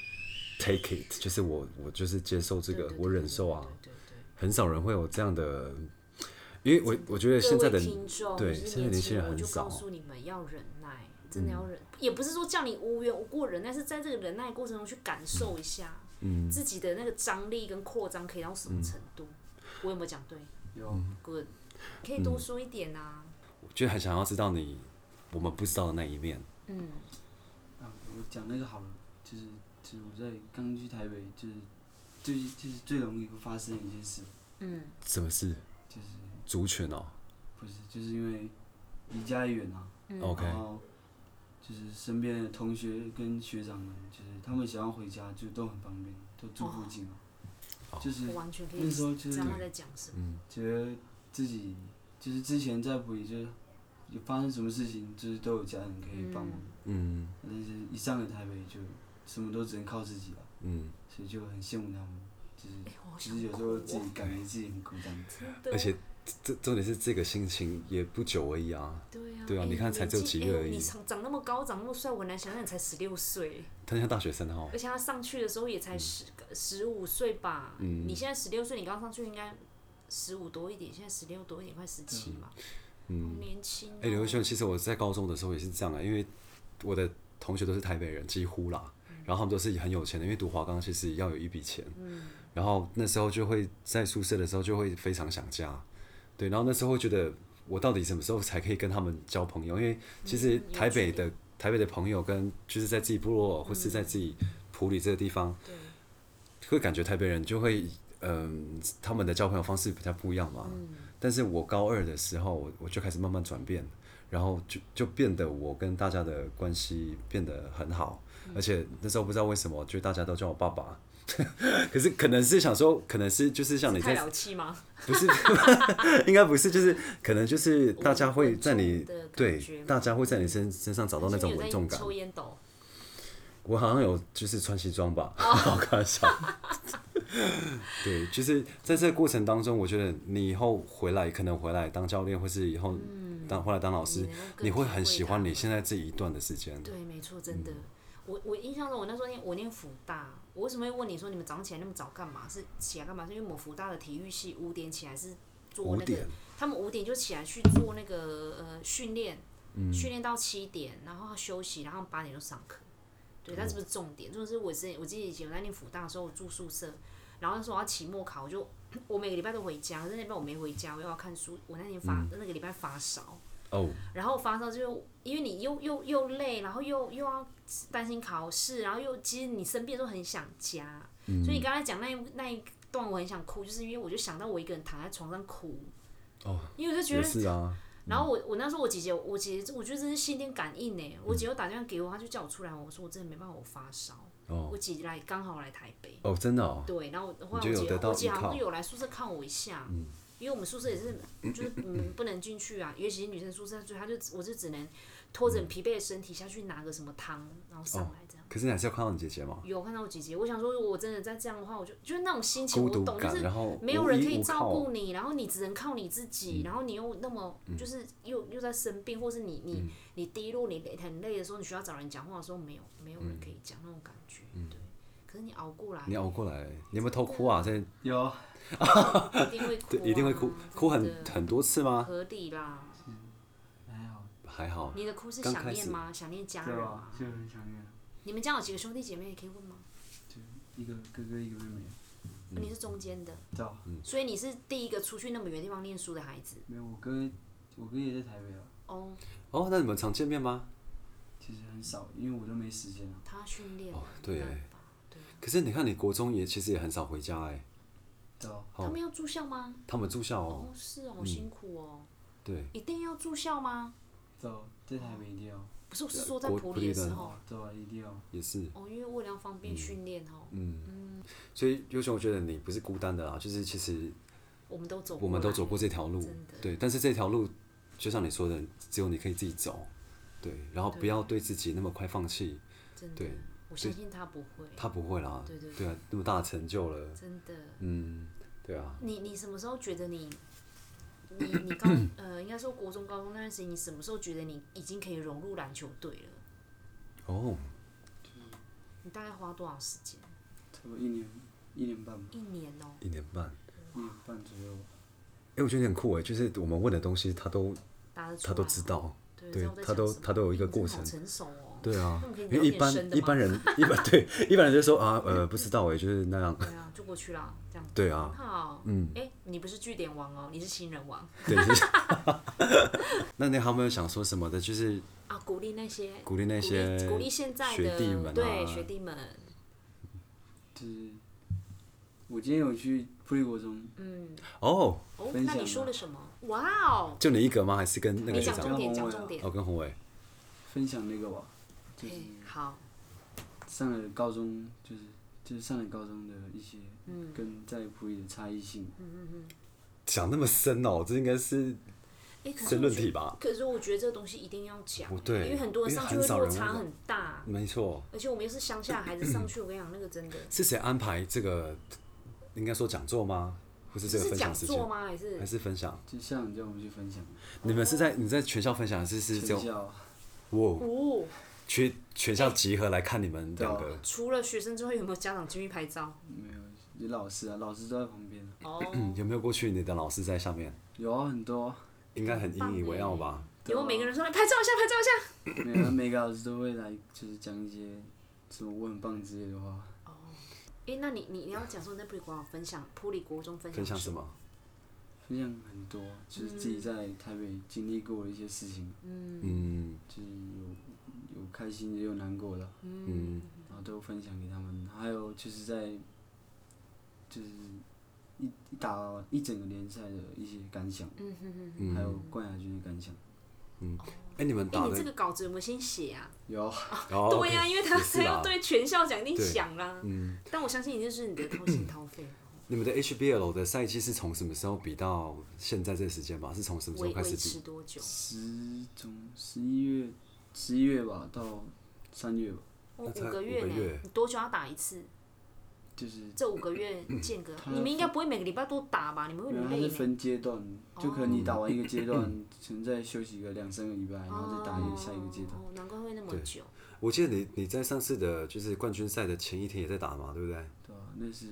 S1: take it，就是我我就是接受这
S3: 对
S1: 个
S3: 对，对
S1: 我
S3: 对
S1: 忍
S3: 对
S1: 受啊。
S3: 对对对
S1: 很少人会有这样的，因为我我觉得现在的
S3: 各位听众，
S1: 对
S3: 就是
S1: 现在年轻人
S3: 我就
S1: 很少嗯
S3: 告诉你们要忍耐，真的要忍，也不是说叫你无缘无故忍耐，是在这个忍耐过程中去感受一下，嗯，自己的那个张力跟扩张可以到什么程度。我有没有讲对
S2: 有，
S3: ？Good，可以多说一点啊。
S1: 就很想要知道你我们不知道的那一面。
S3: 嗯，
S2: 啊，我讲那个好了，就是就是我在刚去台北，就是最就是最容易会发生的一件事，
S3: 嗯
S1: 什么是
S2: 就是
S1: 族群哦、
S2: 不是就是因为离家远啊，
S3: 嗯
S1: o k
S2: 然后就是身边的同学跟学长们，就是他们想要回家就都很方便，都住附近啊。就是
S3: 我完全可以
S2: 那时候就
S3: 知
S2: 是
S3: 道他在讲什么。
S1: 嗯
S2: 觉得自己就是之前在普里就是有发生什么事情，就是都有家人可以帮忙，
S1: 嗯
S2: 但是一上了台北就什么都只能靠自己了、
S1: 嗯，
S2: 所以就很羡慕他们，就是
S3: 哎，我好
S2: 只
S3: 想
S2: 是有时
S3: 哭
S2: 候
S3: 哦
S2: 自己感觉自己很孤单。
S3: 真的
S1: 而且这重点是这个心情也不久而已啊。
S3: 对啊，
S1: 对啊
S3: 哎
S1: 你看才只有
S3: 年纪
S1: 几个
S3: 哎
S1: 而已
S3: 你长长那么高，长那么帅，我很难想象你才十六岁。
S1: 他像大学生哦、
S3: 而且他上去的时候也才十十五岁吧，
S1: 嗯
S3: 你现在十六岁，你刚上去应该十五多一点，现在十六多一点，快十七吧，好
S1: 嗯，
S3: 年轻、哦。
S1: 哎、刘慧秀，其实我在高中的时候也是这样啊，因为我的同学都是台北人，几乎啦，
S3: 嗯
S1: 然后他们都是很有钱的，因为读华冈其实要有一笔钱，
S3: 嗯
S1: 然后那时候就会在宿舍的时候就会非常想家，对，然后那时候会觉得我到底什么时候才可以跟他们交朋友？因为其实
S3: 嗯有
S1: 台北
S3: 距离
S1: 的、台北的朋友跟就是在自己部落或是在自己普里这个地方，
S3: 对，
S1: 会感觉台北人就会，嗯、他们的交朋友方式比较不一样嘛。
S3: 嗯
S1: 但是我高二的时候，我我就开始慢慢转变，然后就就变得我跟大家的关系变得很好，
S3: 嗯
S1: 而且那时候不知道为什么，就大家都叫我爸爸。 可是可能是想说，可能是就是像你
S3: 太
S1: 在
S3: 老气吗？
S1: 不是，应该不是，就是可能就是大家会在你
S3: 稳重的感
S1: 对
S3: 觉吗，
S1: 大家会在你身身上找到那种
S3: 还是你有
S1: 稳
S3: 在
S1: 重感。
S3: 抽烟斗，
S1: 我好像有就是穿西装吧，
S3: 哦
S1: 好搞笑。对，就是在这个过程当中，我觉得你以后回来可能回来当教练，或是以后当回来当老师
S3: 嗯你能够，更
S1: 你会
S3: 体会
S1: 很喜欢
S3: 他
S1: 你
S3: 们
S1: 现在嗯这一段的时间。
S3: 对，没错，真的。我我印象中，我那时候念我念福大，我为什么会问你说你们早上起来那么早干嘛？是起来干嘛？是因为我们福大的体育系五点起来是做
S1: 五
S3: 那个
S1: 点，
S3: 他们五点就起来去做那个呃训练，训练到七点，然后休息，然后八点就上课。对，但是不是重点，就是我之前我记得以前我在念辅大的时候，我住宿舍，然后那时候我要期末考，我就我每个礼拜都回家，可是那礼拜我没回家，我又要看书。我那天发、那个礼拜发烧，
S1: 哦，
S3: 然后发烧就因为你又又又累，然后又又要担心考试，然后又其实你身边都很想家，
S1: 嗯
S3: 所以你刚才讲那一那一段我很想哭，就是因为我就想到我一个人躺在床上哭，
S1: 哦，
S3: 因为我就觉
S1: 也
S3: 得
S1: 是啊，
S3: 然后我我那时候我姐姐，我姐姐我觉得真是心电感应呢。我姐又打电话给我，她就叫我出来，我说我真的没办法，我发烧。
S1: 哦
S3: 我姐姐来刚好来台北，
S1: 哦，真的哦，
S3: 对，然后我后来
S1: 你
S3: 我
S1: 就有
S3: 姐
S1: 得到
S3: 我姐
S1: 依
S3: 好
S1: 靠嗯
S3: 像有来宿舍看我一下，因为我们宿舍也是就是嗯不能进去啊，尤其是女生宿舍，所以她就我就只能拖
S1: 嗯
S3: 着疲惫的身体下去拿个什么汤，然后上来这样。
S1: 可是你还是要看到你姐姐嘛，
S3: 有看到我姐姐，我想说，如果我真的再这样的话，我就就是那种心情，
S1: 孤
S3: 我
S1: 独
S3: 懂，就
S1: 感，
S3: 是
S1: 然后
S3: 没有
S1: 无
S3: 人
S1: 依
S3: 可以
S1: 无
S3: 照
S1: 靠嗯
S3: 顾你，然后你只能靠你自己，然后你又那么就是又、又在生病，或是
S1: 嗯
S3: 你你、你低落、你累很累的时候，你需要找人讲话的时候，没有没有
S1: 嗯
S3: 人可以讲、那种感觉，对。可是你熬过来，
S1: 你熬过来，你有没有偷哭啊？在
S2: 有，
S3: 一定会哭、
S1: 对一定会哭，
S3: 啊
S1: 哭很啊
S3: 真的
S1: 很多次吗？
S3: 合理啦。
S2: 还好，
S1: 还好，
S3: 你的哭是
S1: 哦刚
S3: 想
S1: 开
S3: 念
S1: 始
S3: 吗？想念家
S2: 对啊
S3: 人
S2: 吧
S3: 吗？？
S2: 就很想念，
S3: 你们家有几个兄弟姐妹？可以问吗？哦
S2: 就一个哥哥一个妹妹，
S1: 嗯
S3: 你是中间的，
S2: 知道吧？
S3: 所以你是第一个出去那么远地方念书的孩子
S2: 没有，我哥我哥也在台北啊，
S3: 哦。
S1: 哦，那你们常见面吗？
S2: 其实很少，因为我都没时间啊。
S3: 他训练
S1: 哦
S3: 啊，
S1: 对
S3: 没办
S1: 耶
S3: 法
S1: 可是你看，你国中也其实也很少回家哎、
S2: 知道吧？
S1: 哦
S3: 他们要住校吗？
S1: 他们住校哦
S3: 哦，，是哦，辛苦哦，
S1: 对，
S3: 一定要住校吗？
S2: 啊知道，在台北一定要
S3: 不是，我是说在
S1: 国
S3: 普
S1: 普
S3: 里的
S1: 里的嗯
S3: 时候
S2: 哦，对啊，一定要。
S1: 也是。嗯
S3: 哦，因为为了要方便训练哦，
S1: 所以优雄，我觉得你不是孤单的啦，就是其实
S3: 我们都走，
S1: 我们都走过，这条路
S3: 真的，
S1: 对。但是这条路，就像你说的，只有你可以自己走，对。然后不要对自己那么快放弃，
S3: 真的
S1: 对，
S3: 我相信他不会，
S1: 他不会啦，
S3: 对对
S1: 啊，那么大的成就了，
S3: 真的。
S1: 嗯，对啊，
S3: 你你什么时候觉得你，你你 高呃，应该说国中、高中那段时间，你什么时候觉得你已经可以融入篮球队了？
S1: 哦，
S3: 你大概花多少时间？
S2: 差不多一年一年半吧，
S3: 一年哦、
S1: 一年半，
S2: 一年半左右吧。
S1: 哎，我觉得你很酷哎，就是我们问的东西，他都
S3: 答得出
S1: 他
S3: 来。
S1: 都知道，
S3: 对，
S1: 对
S3: 知道我在
S1: 他都
S3: 想什么
S1: 他都有一个
S3: 你真
S1: 过
S3: 的好
S1: 程
S3: 成熟哦、
S1: 对啊
S3: 那我们可以，
S1: 因
S3: 聊
S1: 为一
S3: 点
S1: 般
S3: 深的
S1: 一
S3: 吗
S1: 般人一般对一般人就说啊呃不知道哎，就是那样，
S3: 对啊，就过去啦，这样子。
S1: 对啊，
S3: 好，嗯，哎、你不是据点王哦，你是新人王
S1: 对。 就是那你还有没有想说什么的？就是
S3: 啊！鼓励那些
S1: 鼓励那些
S3: 鼓励现在的
S1: 学弟们啊
S3: 对学弟们，
S2: 就是我今天有去普利国中，
S3: 嗯，
S1: 哦，
S3: 哦，
S2: 分
S3: 那你
S2: 享啊
S3: 说了什么？哇哦！
S1: 就你一个吗？还是跟那
S3: 你
S1: 个学
S3: 讲
S1: 长
S3: 重？点，
S2: 跟
S3: 讲
S2: 宏伟啊
S3: 重点。
S1: 哦，跟宏伟，
S2: 分享那个吧，就是
S3: 嘿，好，
S2: 上了高中，就是就是上了高中的一些
S3: 嗯
S2: 跟在普里的差异性，
S1: 讲那么深哦，这应该是
S3: 哎，可是
S1: 申
S3: 我
S1: 论
S3: 觉
S1: 题
S3: 得，
S1: 吧？
S3: 可是我觉得这个东西一定要讲
S1: 不，对
S3: 因为很多人
S1: 因为
S3: 上去
S1: 很
S3: 会
S1: 少
S3: 落
S1: 人会
S3: 差
S1: 讲
S3: 很大，
S1: 没错，
S3: 而且我们又是乡下孩子上去，我跟你讲，那个真的，
S1: 是谁安排这个？应该说讲座吗？或是这
S3: 这
S1: 个
S3: 是
S1: 分
S3: 讲
S1: 享时
S3: 座
S1: 间？
S3: 吗？还
S1: 还
S3: 是
S1: 是分享？
S2: 就校长叫我们去分享，
S1: 你们是在你在全校分享，还是是只
S2: 全
S1: 有
S2: 校
S1: 哇？
S3: 哦？
S1: 全全校集合来看你们两
S2: 对
S1: 个
S2: 啊，
S3: 除了学生之外，有没有家长进去拍照？
S2: 没有，有老师啊，老师都在旁边啊，
S3: 哦，
S1: 嗯， 有没有过去你的老师在下面？
S2: 有啊很多啊，
S1: 应该很引以为傲吧？
S3: 有没有每个人说来哎拍照一下，拍照一下？
S2: 没有啊，每个老师都会来，就是讲一些什么我很棒之类的话，
S3: 哎、那你你你要讲说你在普里国小分享普里国中分享
S1: 分享什
S3: 么？
S1: 么？
S2: 分享很多，就是自己在台北经历过的一些事情，
S1: 嗯
S2: 就是有有开心的，也有难过的啊。
S1: 嗯，
S2: 然后都分享给他们，还有就是在，就是一一打一整个联赛的一些感想，
S3: 嗯哼哼。
S2: 还有冠亚军的感想，
S1: 哎，你们
S3: 哎、
S1: 打
S3: 你这
S1: 的
S3: 个稿子有没有先写啊？
S2: 有
S1: 哦
S3: 对呀、
S1: OK，
S3: 因为他
S1: 也是
S3: 他
S1: 啦
S3: 要对全校奖一定
S1: 对
S3: 想啦。
S1: 嗯，
S3: 但我相信你这是你的掏心掏肺。
S1: 你们的 HBL 的赛季是从什么时候比到现在这个时间吧？是从什么时候
S3: 维
S1: 开始
S3: 维
S1: 比
S3: 持？多久？
S2: 十从十一月十一月吧到三月吧，
S3: 我
S1: 那
S3: 哦
S1: 才
S3: 五个
S1: 五
S3: 月
S1: 个
S3: 呢
S1: 月？
S3: 你多久要打一次？
S2: 就是
S3: 这五个月间隔，
S2: 他
S3: 你们应该不会每个礼拜都打啊吧？你们会
S2: 然后它
S3: 累
S2: 是
S3: 呢？哦
S2: 分阶段，就可能你打完一个阶 段，可能再休息个两三个礼拜，然后再打一个下一个阶段。
S3: 哦，难怪会那么
S1: 对
S3: 久。
S1: 我记得你你在上次的就是冠军赛的前一天也在打嘛，对不对？
S2: 对啊，那是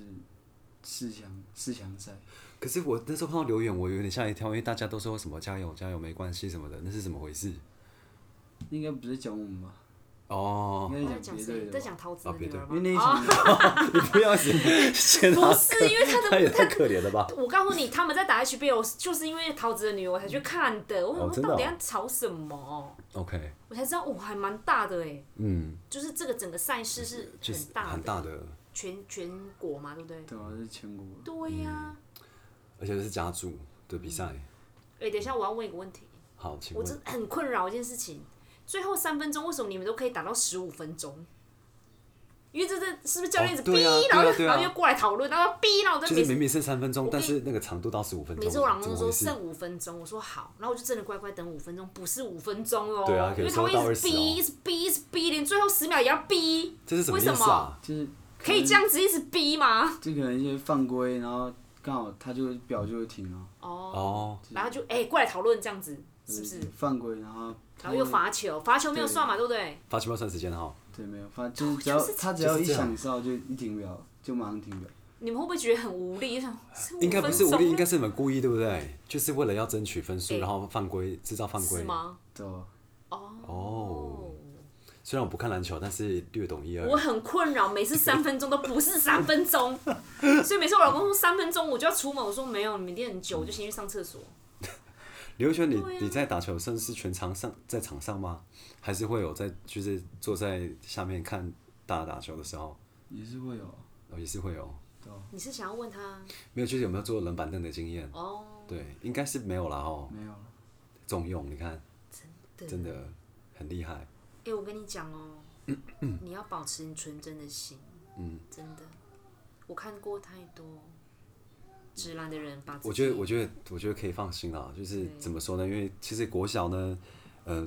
S2: 四强四强赛，
S1: 可是我那时候看到留言，我有点吓一跳，因为大家都说什么加油加油没关系什么的，那是怎么回事？
S2: 应该不是讲我们吧？
S1: 哦，
S2: 应
S3: 我
S2: 该
S3: 在
S2: 是
S3: 讲
S2: 讲别
S3: 谁？
S2: 队
S3: 在
S2: 的吧，
S3: 讲桃子
S1: 啊
S3: 的
S1: 别
S3: 女儿
S1: 队
S3: 吗？
S2: 因为那一
S3: 哦
S2: 场
S1: 你不要是 先
S3: 不
S1: 拿，
S3: 是，因为他
S1: 他也太可怜了吧？
S3: 我告诉你，他们在打 HBO，就是因为桃子的女儿我才去看的。我
S1: 哦
S3: 想
S1: 真的
S3: 说
S1: 哦
S3: 到底要吵什么？
S1: OK，
S3: 我才知道，哦，还蛮大的哎，
S1: 嗯，
S3: 就是这个整个赛事是
S1: 就是
S3: 很大的，
S1: 很大的，
S3: 全全国嘛，对不对？
S2: 对啊，是全国。
S3: 对呀、
S1: 而且是家族的比赛。
S3: 哎、等一下，我要问一个问题，
S1: 好，请
S3: 我
S1: 问
S3: 真的很困扰一件事情，最后三分钟为什么你们都可以打到十五分钟？因为这这是不是教练一直
S1: 哦
S3: 逼，
S1: 对啊
S3: 然后
S1: 对啊对啊
S3: 然后又过来讨论，然后逼，然后我在
S1: 就
S3: 每
S1: 是
S3: 次
S1: 明明剩三分钟
S3: 我，跟
S1: 但
S3: 你
S1: 是那个长度到十五分钟
S3: 每
S1: 了，
S3: 次我老
S1: 怎
S3: 公
S1: 么
S3: 都
S1: 回
S3: 说
S1: 事？
S3: 剩五分钟，我说好，然后我就真的乖乖等五分钟，不是五分钟哦，
S1: 对啊
S3: 因
S1: 有
S3: 为
S1: 时
S3: 他
S1: 候
S3: 会一直
S1: 到20哦
S3: 逼，一直逼，一直逼，连最后十秒也要逼，
S1: 这是什么
S3: 为
S1: 意
S3: 什
S1: 思啊？
S2: 就是
S3: 可以这样子一直逼吗？
S2: 就可能一些犯规，然后刚好他就表就会停啊
S3: 哦，
S2: 了，
S1: 哦，
S3: 然后就哎、过来讨论这样子，是不是？
S2: 嗯犯规，然后
S3: 然后又罚球，罚球没有算嘛，对不对？
S1: 发球要算时间哈。
S2: 对没有罚，哦就是只要他只要一想哨就一停表，就马上停表。
S3: 你们会不会觉得很无力？就想剩
S1: 应该不是
S3: 5
S1: 无
S3: 分钟
S1: 力，应该是你们故意，对不对？就是为了要争取分数，
S3: 哎
S1: 然后犯规，制造犯规
S3: 是。吗？
S2: 对吧？
S1: 哦，虽然我不看篮球，但是略懂一二
S3: 我。很困扰，每次三分钟都不是三分钟，所以每次我老公说三分钟我就要出门，我说没有，你们一定很久，我就先去上厕所。
S1: 刘轩，你
S3: 啊
S1: 你在打球，甚至全场上在场上吗？还是会有在就是坐在下面看大家打球的时候，
S2: 也是会有，
S1: 哦，也是会有。
S2: 对吧？
S3: 你是想要问他
S1: 没有，就是有没有坐冷板凳的经验？
S3: 哦？
S1: 对，应该是没有啦哦。
S2: 没有了，
S1: 重用，你看，
S3: 对
S1: 真的很厉害。
S3: 哎、我跟你讲哦、
S1: 嗯
S3: 你要保持你纯真的心，嗯，真的，我看过太多直男的人把自己，
S1: 我觉得，我觉得，我觉得可以放心啦。就是怎么说呢？因为其实国小呢，呃，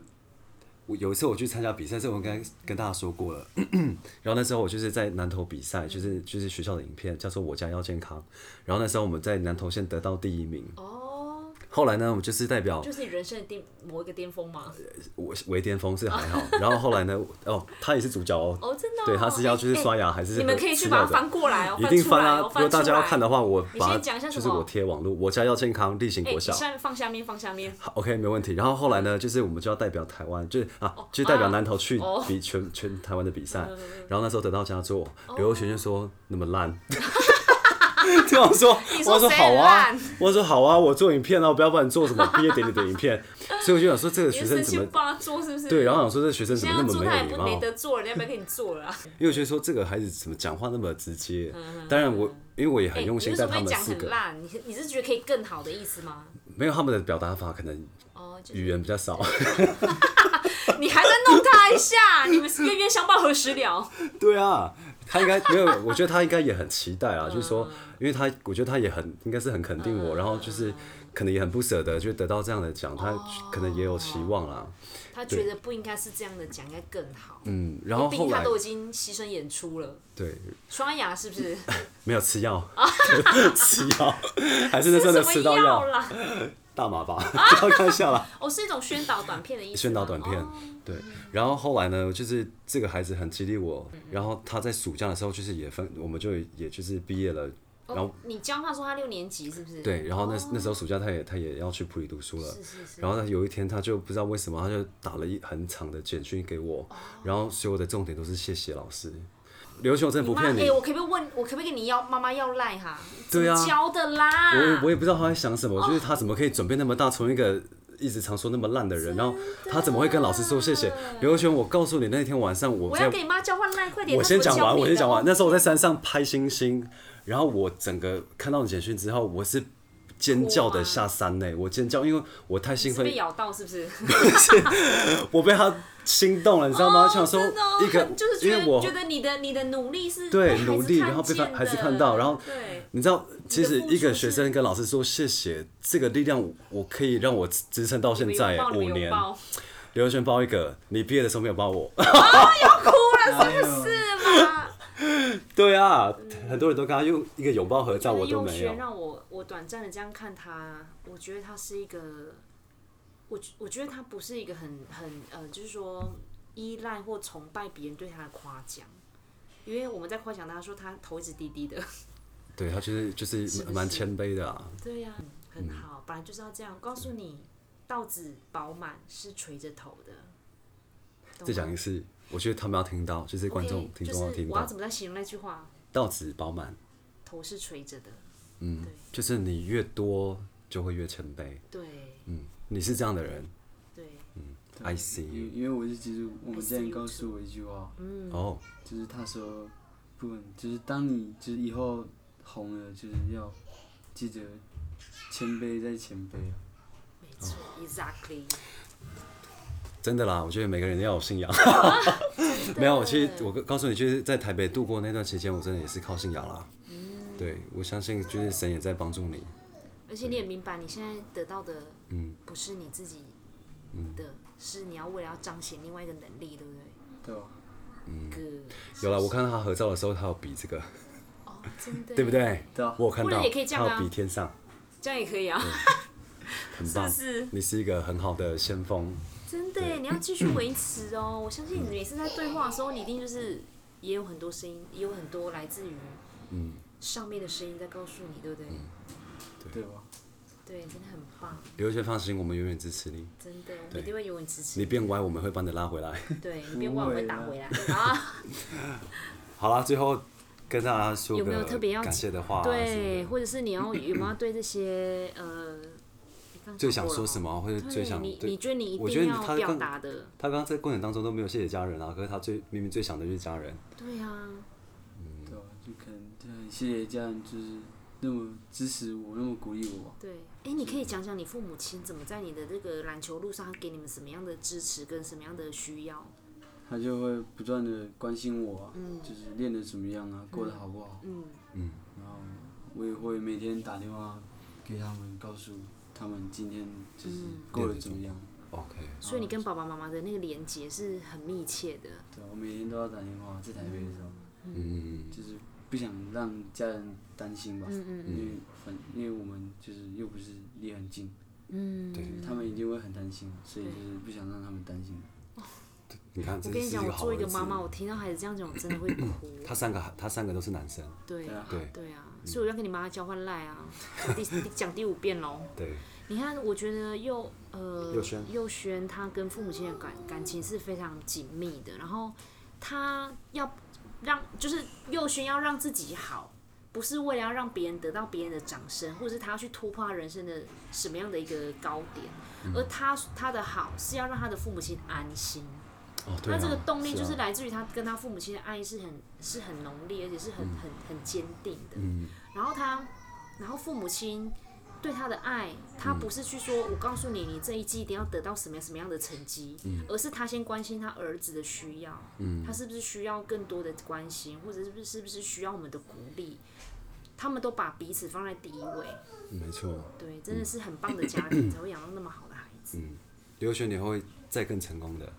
S1: 我有一次我去参加比赛，这我应该跟大家说过了。 然后那时候我就是在南投比赛，
S3: 嗯
S1: 就是就是学校的影片叫做《我家要健康》。然后那时候我们在南投县得到第一名。
S3: 哦，
S1: 后来呢，我们就是代表
S3: 就是你人生的巅某一个巅峰嘛，
S1: 我为巅峰是还 好。然后后来呢，哦，他也是主角哦。
S3: 哦，真的、哦，
S1: 对，他是要就是
S3: 哎哎
S1: 刷牙还是
S3: 你们可以去
S1: 吃
S3: 把它
S1: 药的
S3: 翻过来哦，
S1: 一定
S3: 出来
S1: 啊！
S3: 哦，
S1: 如
S3: 翻
S1: 果大家要看的
S3: 话，
S1: 话，我
S3: 你
S1: 把
S3: 先讲一下
S1: 就
S3: 什
S1: 是我
S3: 么
S1: 贴网络，我家要健康，例行
S3: 哎、
S1: 国小。
S3: 下面放下面，放下面，
S1: 好 OK，没问题。然后后来呢，就是我们就要代表台湾，就是啊，就是代表南投去
S3: 哦嗯
S1: 比全全台湾的比赛。然后那时候得到佳作，
S3: 哦
S1: 刘若璇就说那么烂。 对，我说，
S3: 你说
S1: 我说
S3: 谁
S1: 好啊
S3: 烂，
S1: 我说好啊，我做影片啊，我不要帮你做什么毕业典礼的影 片。所以我就想说，这个
S3: 你
S1: 学
S3: 是
S1: 生
S3: 生
S1: 怎
S3: 气
S1: 么
S3: 不帮他做是不是？
S1: 对？然后想说，这个学生怎
S3: 现
S1: 么那
S3: 在要
S1: 么
S3: 做他也
S1: 没礼
S3: 不
S1: 貌？
S3: 没得做了，人家不要跟你做了啊。
S1: 因为我觉得说这个孩子怎么讲话那么直接。当然我，因为我也
S3: 嗯哎
S1: 很用心
S3: 你为
S1: 在
S3: 什么
S1: 他
S3: 会
S1: 们
S3: 讲
S1: 四
S3: 很
S1: 个，
S3: 烂？你你是觉得可以更好的意思吗？
S1: 没有他们的表达法可能
S3: 哦，就是
S1: 语言比较少。
S3: 你还在弄他一下，你们是冤冤相报何时了？
S1: 对啊，他应该没有，我觉得他应该也很期待 啊，就是
S3: 嗯
S1: 说，因为他我觉得他也很应该是很肯定我，然后就是可能也很不舍得，就得到这样的奖，
S3: 哦
S1: 他可能也有期望啦。
S3: 他觉得不应该是这样的讲，应该更好。
S1: 嗯，然后
S3: 毕
S1: 后
S3: 竟他
S1: 来
S3: 都已经牺牲演出了，
S1: 对
S3: 刷牙是不是？
S1: 没有吃 药，吃药还是那 真的
S3: 什
S1: 吃
S3: 么
S1: 到
S3: 药
S1: 药
S3: 啦？
S1: 大麻 吧，开玩笑啦。
S3: 哦，是一种宣导短片的意思吗。
S1: 宣导短片
S3: 哦，
S1: 对。然后后来呢，就是这个孩子很激励我，
S3: 嗯
S1: 然后他在暑假的时候就是也分，我们就也就是毕业了，然后
S3: 哦，你教他说他六年级是不是？
S1: 对，然后那那时候暑假他也他也要去普里读书了，
S3: 是是是。
S1: 然后呢，有一天他就不知道为什么，他就打了一很长的简讯给我，
S3: 哦
S1: 然后所有的重点都是谢谢老师。刘秀真的不
S3: 你妈，
S1: 骗
S3: 哎、
S1: 你，
S3: 我可不可以问，我可不可以跟你要妈妈要赖哈？
S1: 对啊
S3: 怎么教的啦。
S1: 我我也不知道他在想
S3: 哦
S1: 什么，就是他怎么可以准备那么大，从一个一直常说那么烂的人，然后他怎么会跟老师说谢谢？刘秀，我告诉你，那天晚上我
S3: 我
S1: 在
S3: 要跟你妈交换赖，快点。
S1: 我
S3: 她
S1: 先
S3: 怎
S1: 讲
S3: 么教
S1: 完，
S3: 你
S1: 我先
S3: 的
S1: 讲完。
S3: 哦
S1: 那时候我在山上拍星星，然后我整个看到你简讯之后，我是尖叫
S3: 哭
S1: 的
S3: 啊
S1: 下山呢、我尖叫，因为我太兴
S3: 是
S1: 奋
S3: 被，咬到是不是？
S1: 我被他心动了，你知道吗？
S3: 哦
S1: 想说
S3: 真的哦
S1: 一个
S3: 很 就是，
S1: 因
S3: 觉
S1: 为
S3: 得
S1: 我
S3: 觉得你的你的努力是
S1: 对
S3: 被孩子
S1: 努力
S3: 看
S1: 然后被
S3: 见
S1: 孩子
S3: 的
S1: 看到然后
S3: 对
S1: 你知道，其实一
S3: 付出
S1: 个
S3: 是
S1: 学生跟老师说谢谢，这个力量我可以让我支支撑到现在
S3: 你们有报你
S1: 五
S3: 们有
S1: 年。
S3: 报
S1: 刘轩包一个，你毕业的时候没有包我。
S2: 哦是不是？
S3: 是吗？
S1: 对啊，很多人都跟他用一个拥抱合照，我
S3: 就是
S1: 都
S3: 佑
S1: 没有
S3: 轩。让我我短暂的这样看他，我觉得他是一个，我觉我觉得他不是一个很很呃，就是说依赖或崇拜别人对他的夸奖，因为我们在夸奖他说他头一直低低的，
S1: 对他就是就是
S3: 是不
S1: 蛮
S3: 是
S1: 谦卑的啊。
S3: 对呀、很好，本来就是要这样。告诉你，稻子饱满是垂着头的。懂
S1: 再
S3: 吗
S1: 讲一次，我觉得他们要听到，就是观众
S3: OK，
S1: 听
S3: 就
S1: 众要
S3: 是
S1: 听
S3: 我要
S1: 到，
S3: 怎么来形容那句话？
S1: 到此饱满，
S3: 头是垂着的，
S1: 就是你越多就会越谦卑。
S3: 对
S1: 嗯，你是这样的人嗯
S3: 对，
S1: ，I see you。
S2: 因为因为我是其实我们之前告诉我一句话，
S3: 嗯
S1: 哦，
S2: 就是他说，不管就是当你就是以后红了，就是要记得谦卑再谦卑啊。
S3: 没错、e
S1: 哦
S3: x a c t l y
S1: 真的啦，我觉得每个人要有 信仰。没有，其实我告诉你，就是在台北度过那段期间，我真的也是靠信仰啦。对，我相信就是神也在帮助你。
S3: 而且你也明白，你现在得到的
S1: 嗯，
S3: 不是你自己的，是你要为了要彰显另外一个能力，对不对？
S2: 对吧？
S1: 嗯
S3: 哥，
S1: 有了，我看到他合照的时候，他有比这个，
S3: 哦，真的，
S1: 对不？对？
S2: 对啊
S1: 我有看
S3: 不
S1: 到，
S3: 然也可以这样啊
S1: 他有比天上，
S3: 这样也可以啊，
S1: 很
S3: 是不
S1: 棒。
S3: 是？
S1: 你是一个很好的先锋，
S3: 真的耶，你要继续维持哦。我相信你每次在对话的时候，你一定就是也有很多声音，也有很多来自于
S1: 嗯
S3: 上面的声音在告诉你，对不对？
S2: 对吧？
S3: 对，真的很棒，
S1: 刘轩放心，我们永远支持你。
S3: 真的，我们一定会永远支持
S1: 你变歪，我们会帮你拉回来。
S3: 你。对，你别忘了我会打回 来啊！
S1: 好啦，最后跟大家说
S3: 有没有
S1: 个
S3: 特别要
S1: 感谢的话啊什么的，
S3: 对，或者是你要有没有要对这些呃，你刚刚
S1: 最想
S3: 讲过
S1: 说
S3: 了
S1: 什
S3: 哦？
S1: 么，或者最
S3: 对，
S1: 想
S3: 你
S1: 对
S3: 你觉得你一
S1: 我觉得
S3: 定
S1: 你
S3: 要
S1: 他
S3: 表
S1: 刚
S3: 达的，
S1: 他刚刚在过程当中都没有谢谢家人啊，可是他最明明最想的就是家人。
S3: 对啊，
S2: 对吧？就可能就很谢谢家人，就是那么支持我，那么鼓励我啊。
S3: 对。哎，你可以讲讲你父母亲怎么在你的这个篮球路上给你们什么样的支持跟什么样的需要？
S2: 他就会不断的关心我、啊，就是练的怎么样啊，过得好不好，
S3: 嗯，
S2: 然后我也会每天打电话给他们，告诉他们今天就是
S3: 嗯
S2: 过得怎么样。
S1: OK，
S3: 所以你跟爸爸妈妈的那个连接是很密切的，
S1: 啊
S2: 对，我每天都要打电话，在台北的时候，
S1: 嗯，
S2: 就是不想让家人担心吧，
S3: 嗯嗯
S2: 因为反因为我们就是又不是离很近，
S3: 嗯，
S1: 对
S2: 他们一定会很担心，所以就是不想让他们担心。
S1: 你看，
S3: 我
S1: 这
S3: 跟
S1: 是
S3: 你
S1: 一
S3: 讲，我
S1: 个好
S3: 做
S1: 儿
S3: 一个妈妈，
S1: 子。
S3: 我听到孩子这样讲，我真的 会哭。
S1: 他三个，他三个都是男生，
S3: 对
S2: 对啊
S1: 对嗯
S3: 对啊，所以我要跟你妈交换赖啊，第第讲第五遍喽。
S1: 对，
S3: 你看，我觉得佑呃
S1: 佑轩
S3: 佑轩他跟父母亲的感感情是非常紧密的，然后他要让就是佑轩要让自己好，不是为了要让别人得到别人的掌声，或者是他要去突破他人生的什么样的一个高点，而他他的好是要让他的父母亲安心。
S1: 哦，对
S3: 那
S1: 啊，
S3: 这个动力
S1: 啊
S3: 就是来自于他跟他父母亲的爱是很是很浓烈，而且是很很很坚定的。
S1: 嗯
S3: 然后他，然后父母亲对他的爱，他
S1: 嗯
S3: 不是去说、我告诉你，你这一季一定要得到什么样什么样的成绩，
S1: 嗯
S3: 而是他先关心他儿子的需要，他是不是需要更多的关心，或者是不是是不是需要我们的鼓励，他们都把彼此放在第一位，
S1: 没错。
S3: 对，真的是很棒的家
S1: 嗯
S3: 庭才会养到那么好的孩子，
S1: 刘轩，你会再更成功的，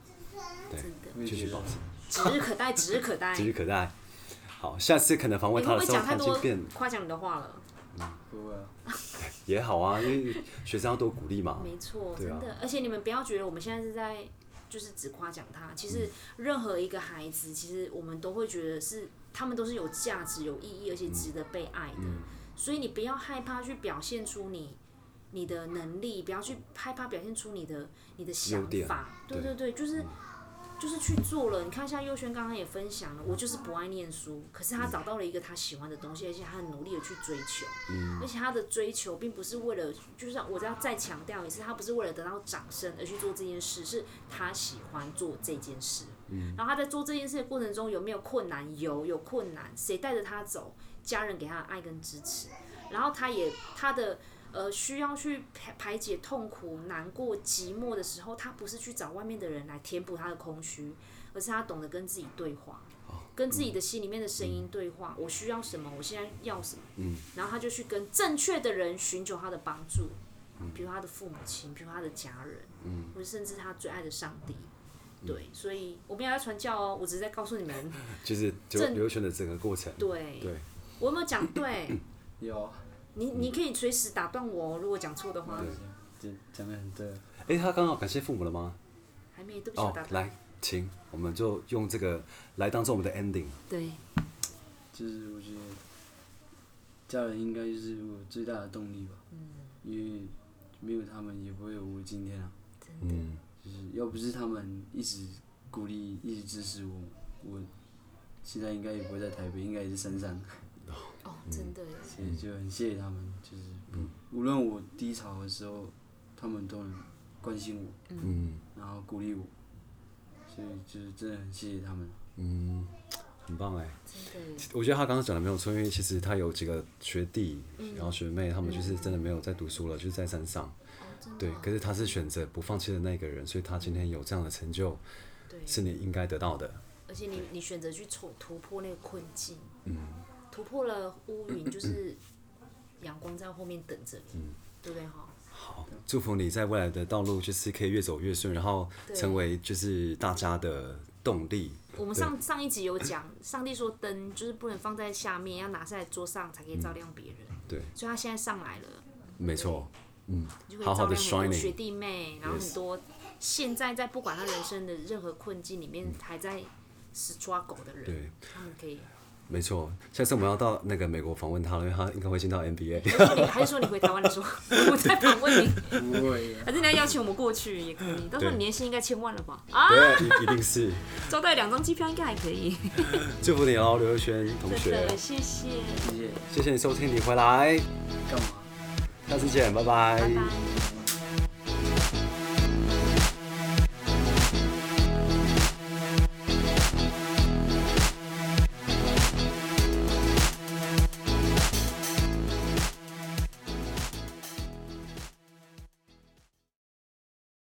S3: 真的
S2: 我也
S1: 继续
S2: 觉
S1: 保
S2: 得
S1: 持，
S3: 指日可待，指日可待。
S1: 嗯 指日可待。好，下次可能访
S3: 你
S1: 问
S3: 会
S1: 他的
S3: 不会
S1: 时候，
S3: 讲太
S1: 他已
S3: 多
S1: 经变
S3: 夸奖你的话了？
S2: 不会啊，
S1: 也好啊，因为学生要多鼓励嘛。
S3: 没错，真
S1: 对啊
S3: 的，而且你们不要觉得我们现在是在就是只夸奖他，其实任何一个孩子，其实我们都会觉得是他们都是有价值、有意义，而且值得被爱的。
S1: 嗯
S3: 所以你不要害怕去表现出你你的能力，不要去害怕表现出你的你的想
S1: 优点
S3: 法。对嗯对对，就是。就是去做了，你看，像佑轩刚刚也分享了，我就是不爱念书，可是他找到了一个他喜欢的东西，而且他很努力的去追求。而且他的追求并不是为了，就是我要再强调一次，他不是为了得到掌声而去做这件事，是他喜欢做这件事。嗯，然后他在做这件事的过程中有没有困难？有，有困难，谁带着他走？家人给他的爱跟支持，然后他也他的呃需要去排排解痛苦、难过、寂寞的时候，他不是去找外面的人来填补他的空虚，而是他懂得跟自己对话。跟自己的心里面的声音对话，我需要什么？我现在要什么？然后他就去跟正确的人寻求他的帮助，比如他的父母亲，比如他的家人，嗯，或者甚至他最爱的上帝。对，所以我没有在传教哦，我只是在告诉你 们，
S1: 就是就
S3: 正
S1: 刘轩的整个过程，
S3: 对，
S1: 对
S3: 我有没有讲 对？
S2: 有，啊
S3: 你你可以随时打断我哦，如果讲错的话，
S2: 讲讲的很对，啊
S1: 哎，他刚好感谢父母了吗？
S3: 还没对不起，我
S1: 哦
S3: 打，断。
S1: 来，请，我们就用这个来当做我们的 ending。
S3: 对，
S2: 就是我觉得家人应该就是我最大的动力吧，
S3: 嗯
S2: 因为没有他们也不会有我今天啊，
S3: 真的，
S1: 嗯，
S2: 就是要不是他们一直鼓励、一直支持我，我现在应该也不会在台北，应该也是山上，
S3: 哦，真的耶，
S2: 所以就很谢谢他们，就是无论我低潮的时候，他们都能关心我，
S1: 嗯
S2: 然后鼓励我，所以就是真的很谢谢他们。
S1: 嗯，很棒哎。
S3: 真的，
S1: 我觉得他刚刚讲的没有错，因为其实他有几个学弟，
S3: 嗯
S1: 然后学妹，他们就是真的没有在读书了，就是在山上。
S3: 哦，真的
S1: 对，可是他是选择不放弃的那个人，所以他今天有这样的成就，
S3: 对，
S1: 是你应该得到的。
S3: 而且你你选择去突突破那个困境，
S1: 嗯
S3: 突破了乌云，就是阳光在后面等着你，
S1: 嗯
S3: 对不对哈？
S1: 好，祝福你在未来的道路就是可以越走越顺，然后
S3: 对
S1: 成为就是大家的动力。
S3: 我们上上一集有讲，上帝说灯就是不能放在下面，要拿在桌上才可以
S1: 嗯
S3: 照亮别人，
S1: 对，
S3: 所以他现在上来了，
S1: 没错，
S3: 你就可以
S1: 好
S3: 照
S1: 好
S3: 亮
S1: 地
S3: 很多
S1: shining
S3: 学弟妹，然后
S1: Yes
S3: 很多现在在不管他人生的任何困境里面还在死抓狗的人，
S1: 嗯对，
S3: 他们可以，
S1: 没错。下次我们要到那个美国访问他了，因为他应该会进到 NBA。
S3: 还是你还是说你回台湾的时候， 我在访问你，
S2: 不会啊，
S3: 还是你要邀请我们过去也可以，到时候
S1: 对
S3: 你年薪应该千万了吧？啊！
S1: 对，一一定是。
S3: 招待两张机票应该还可以。
S1: 祝福你哦，刘若轩同 学，
S3: 谢谢，
S2: 谢谢，
S1: 谢谢你收听，你回来，
S2: 干嘛？
S1: 下次见，
S3: 拜拜。
S2: 嗯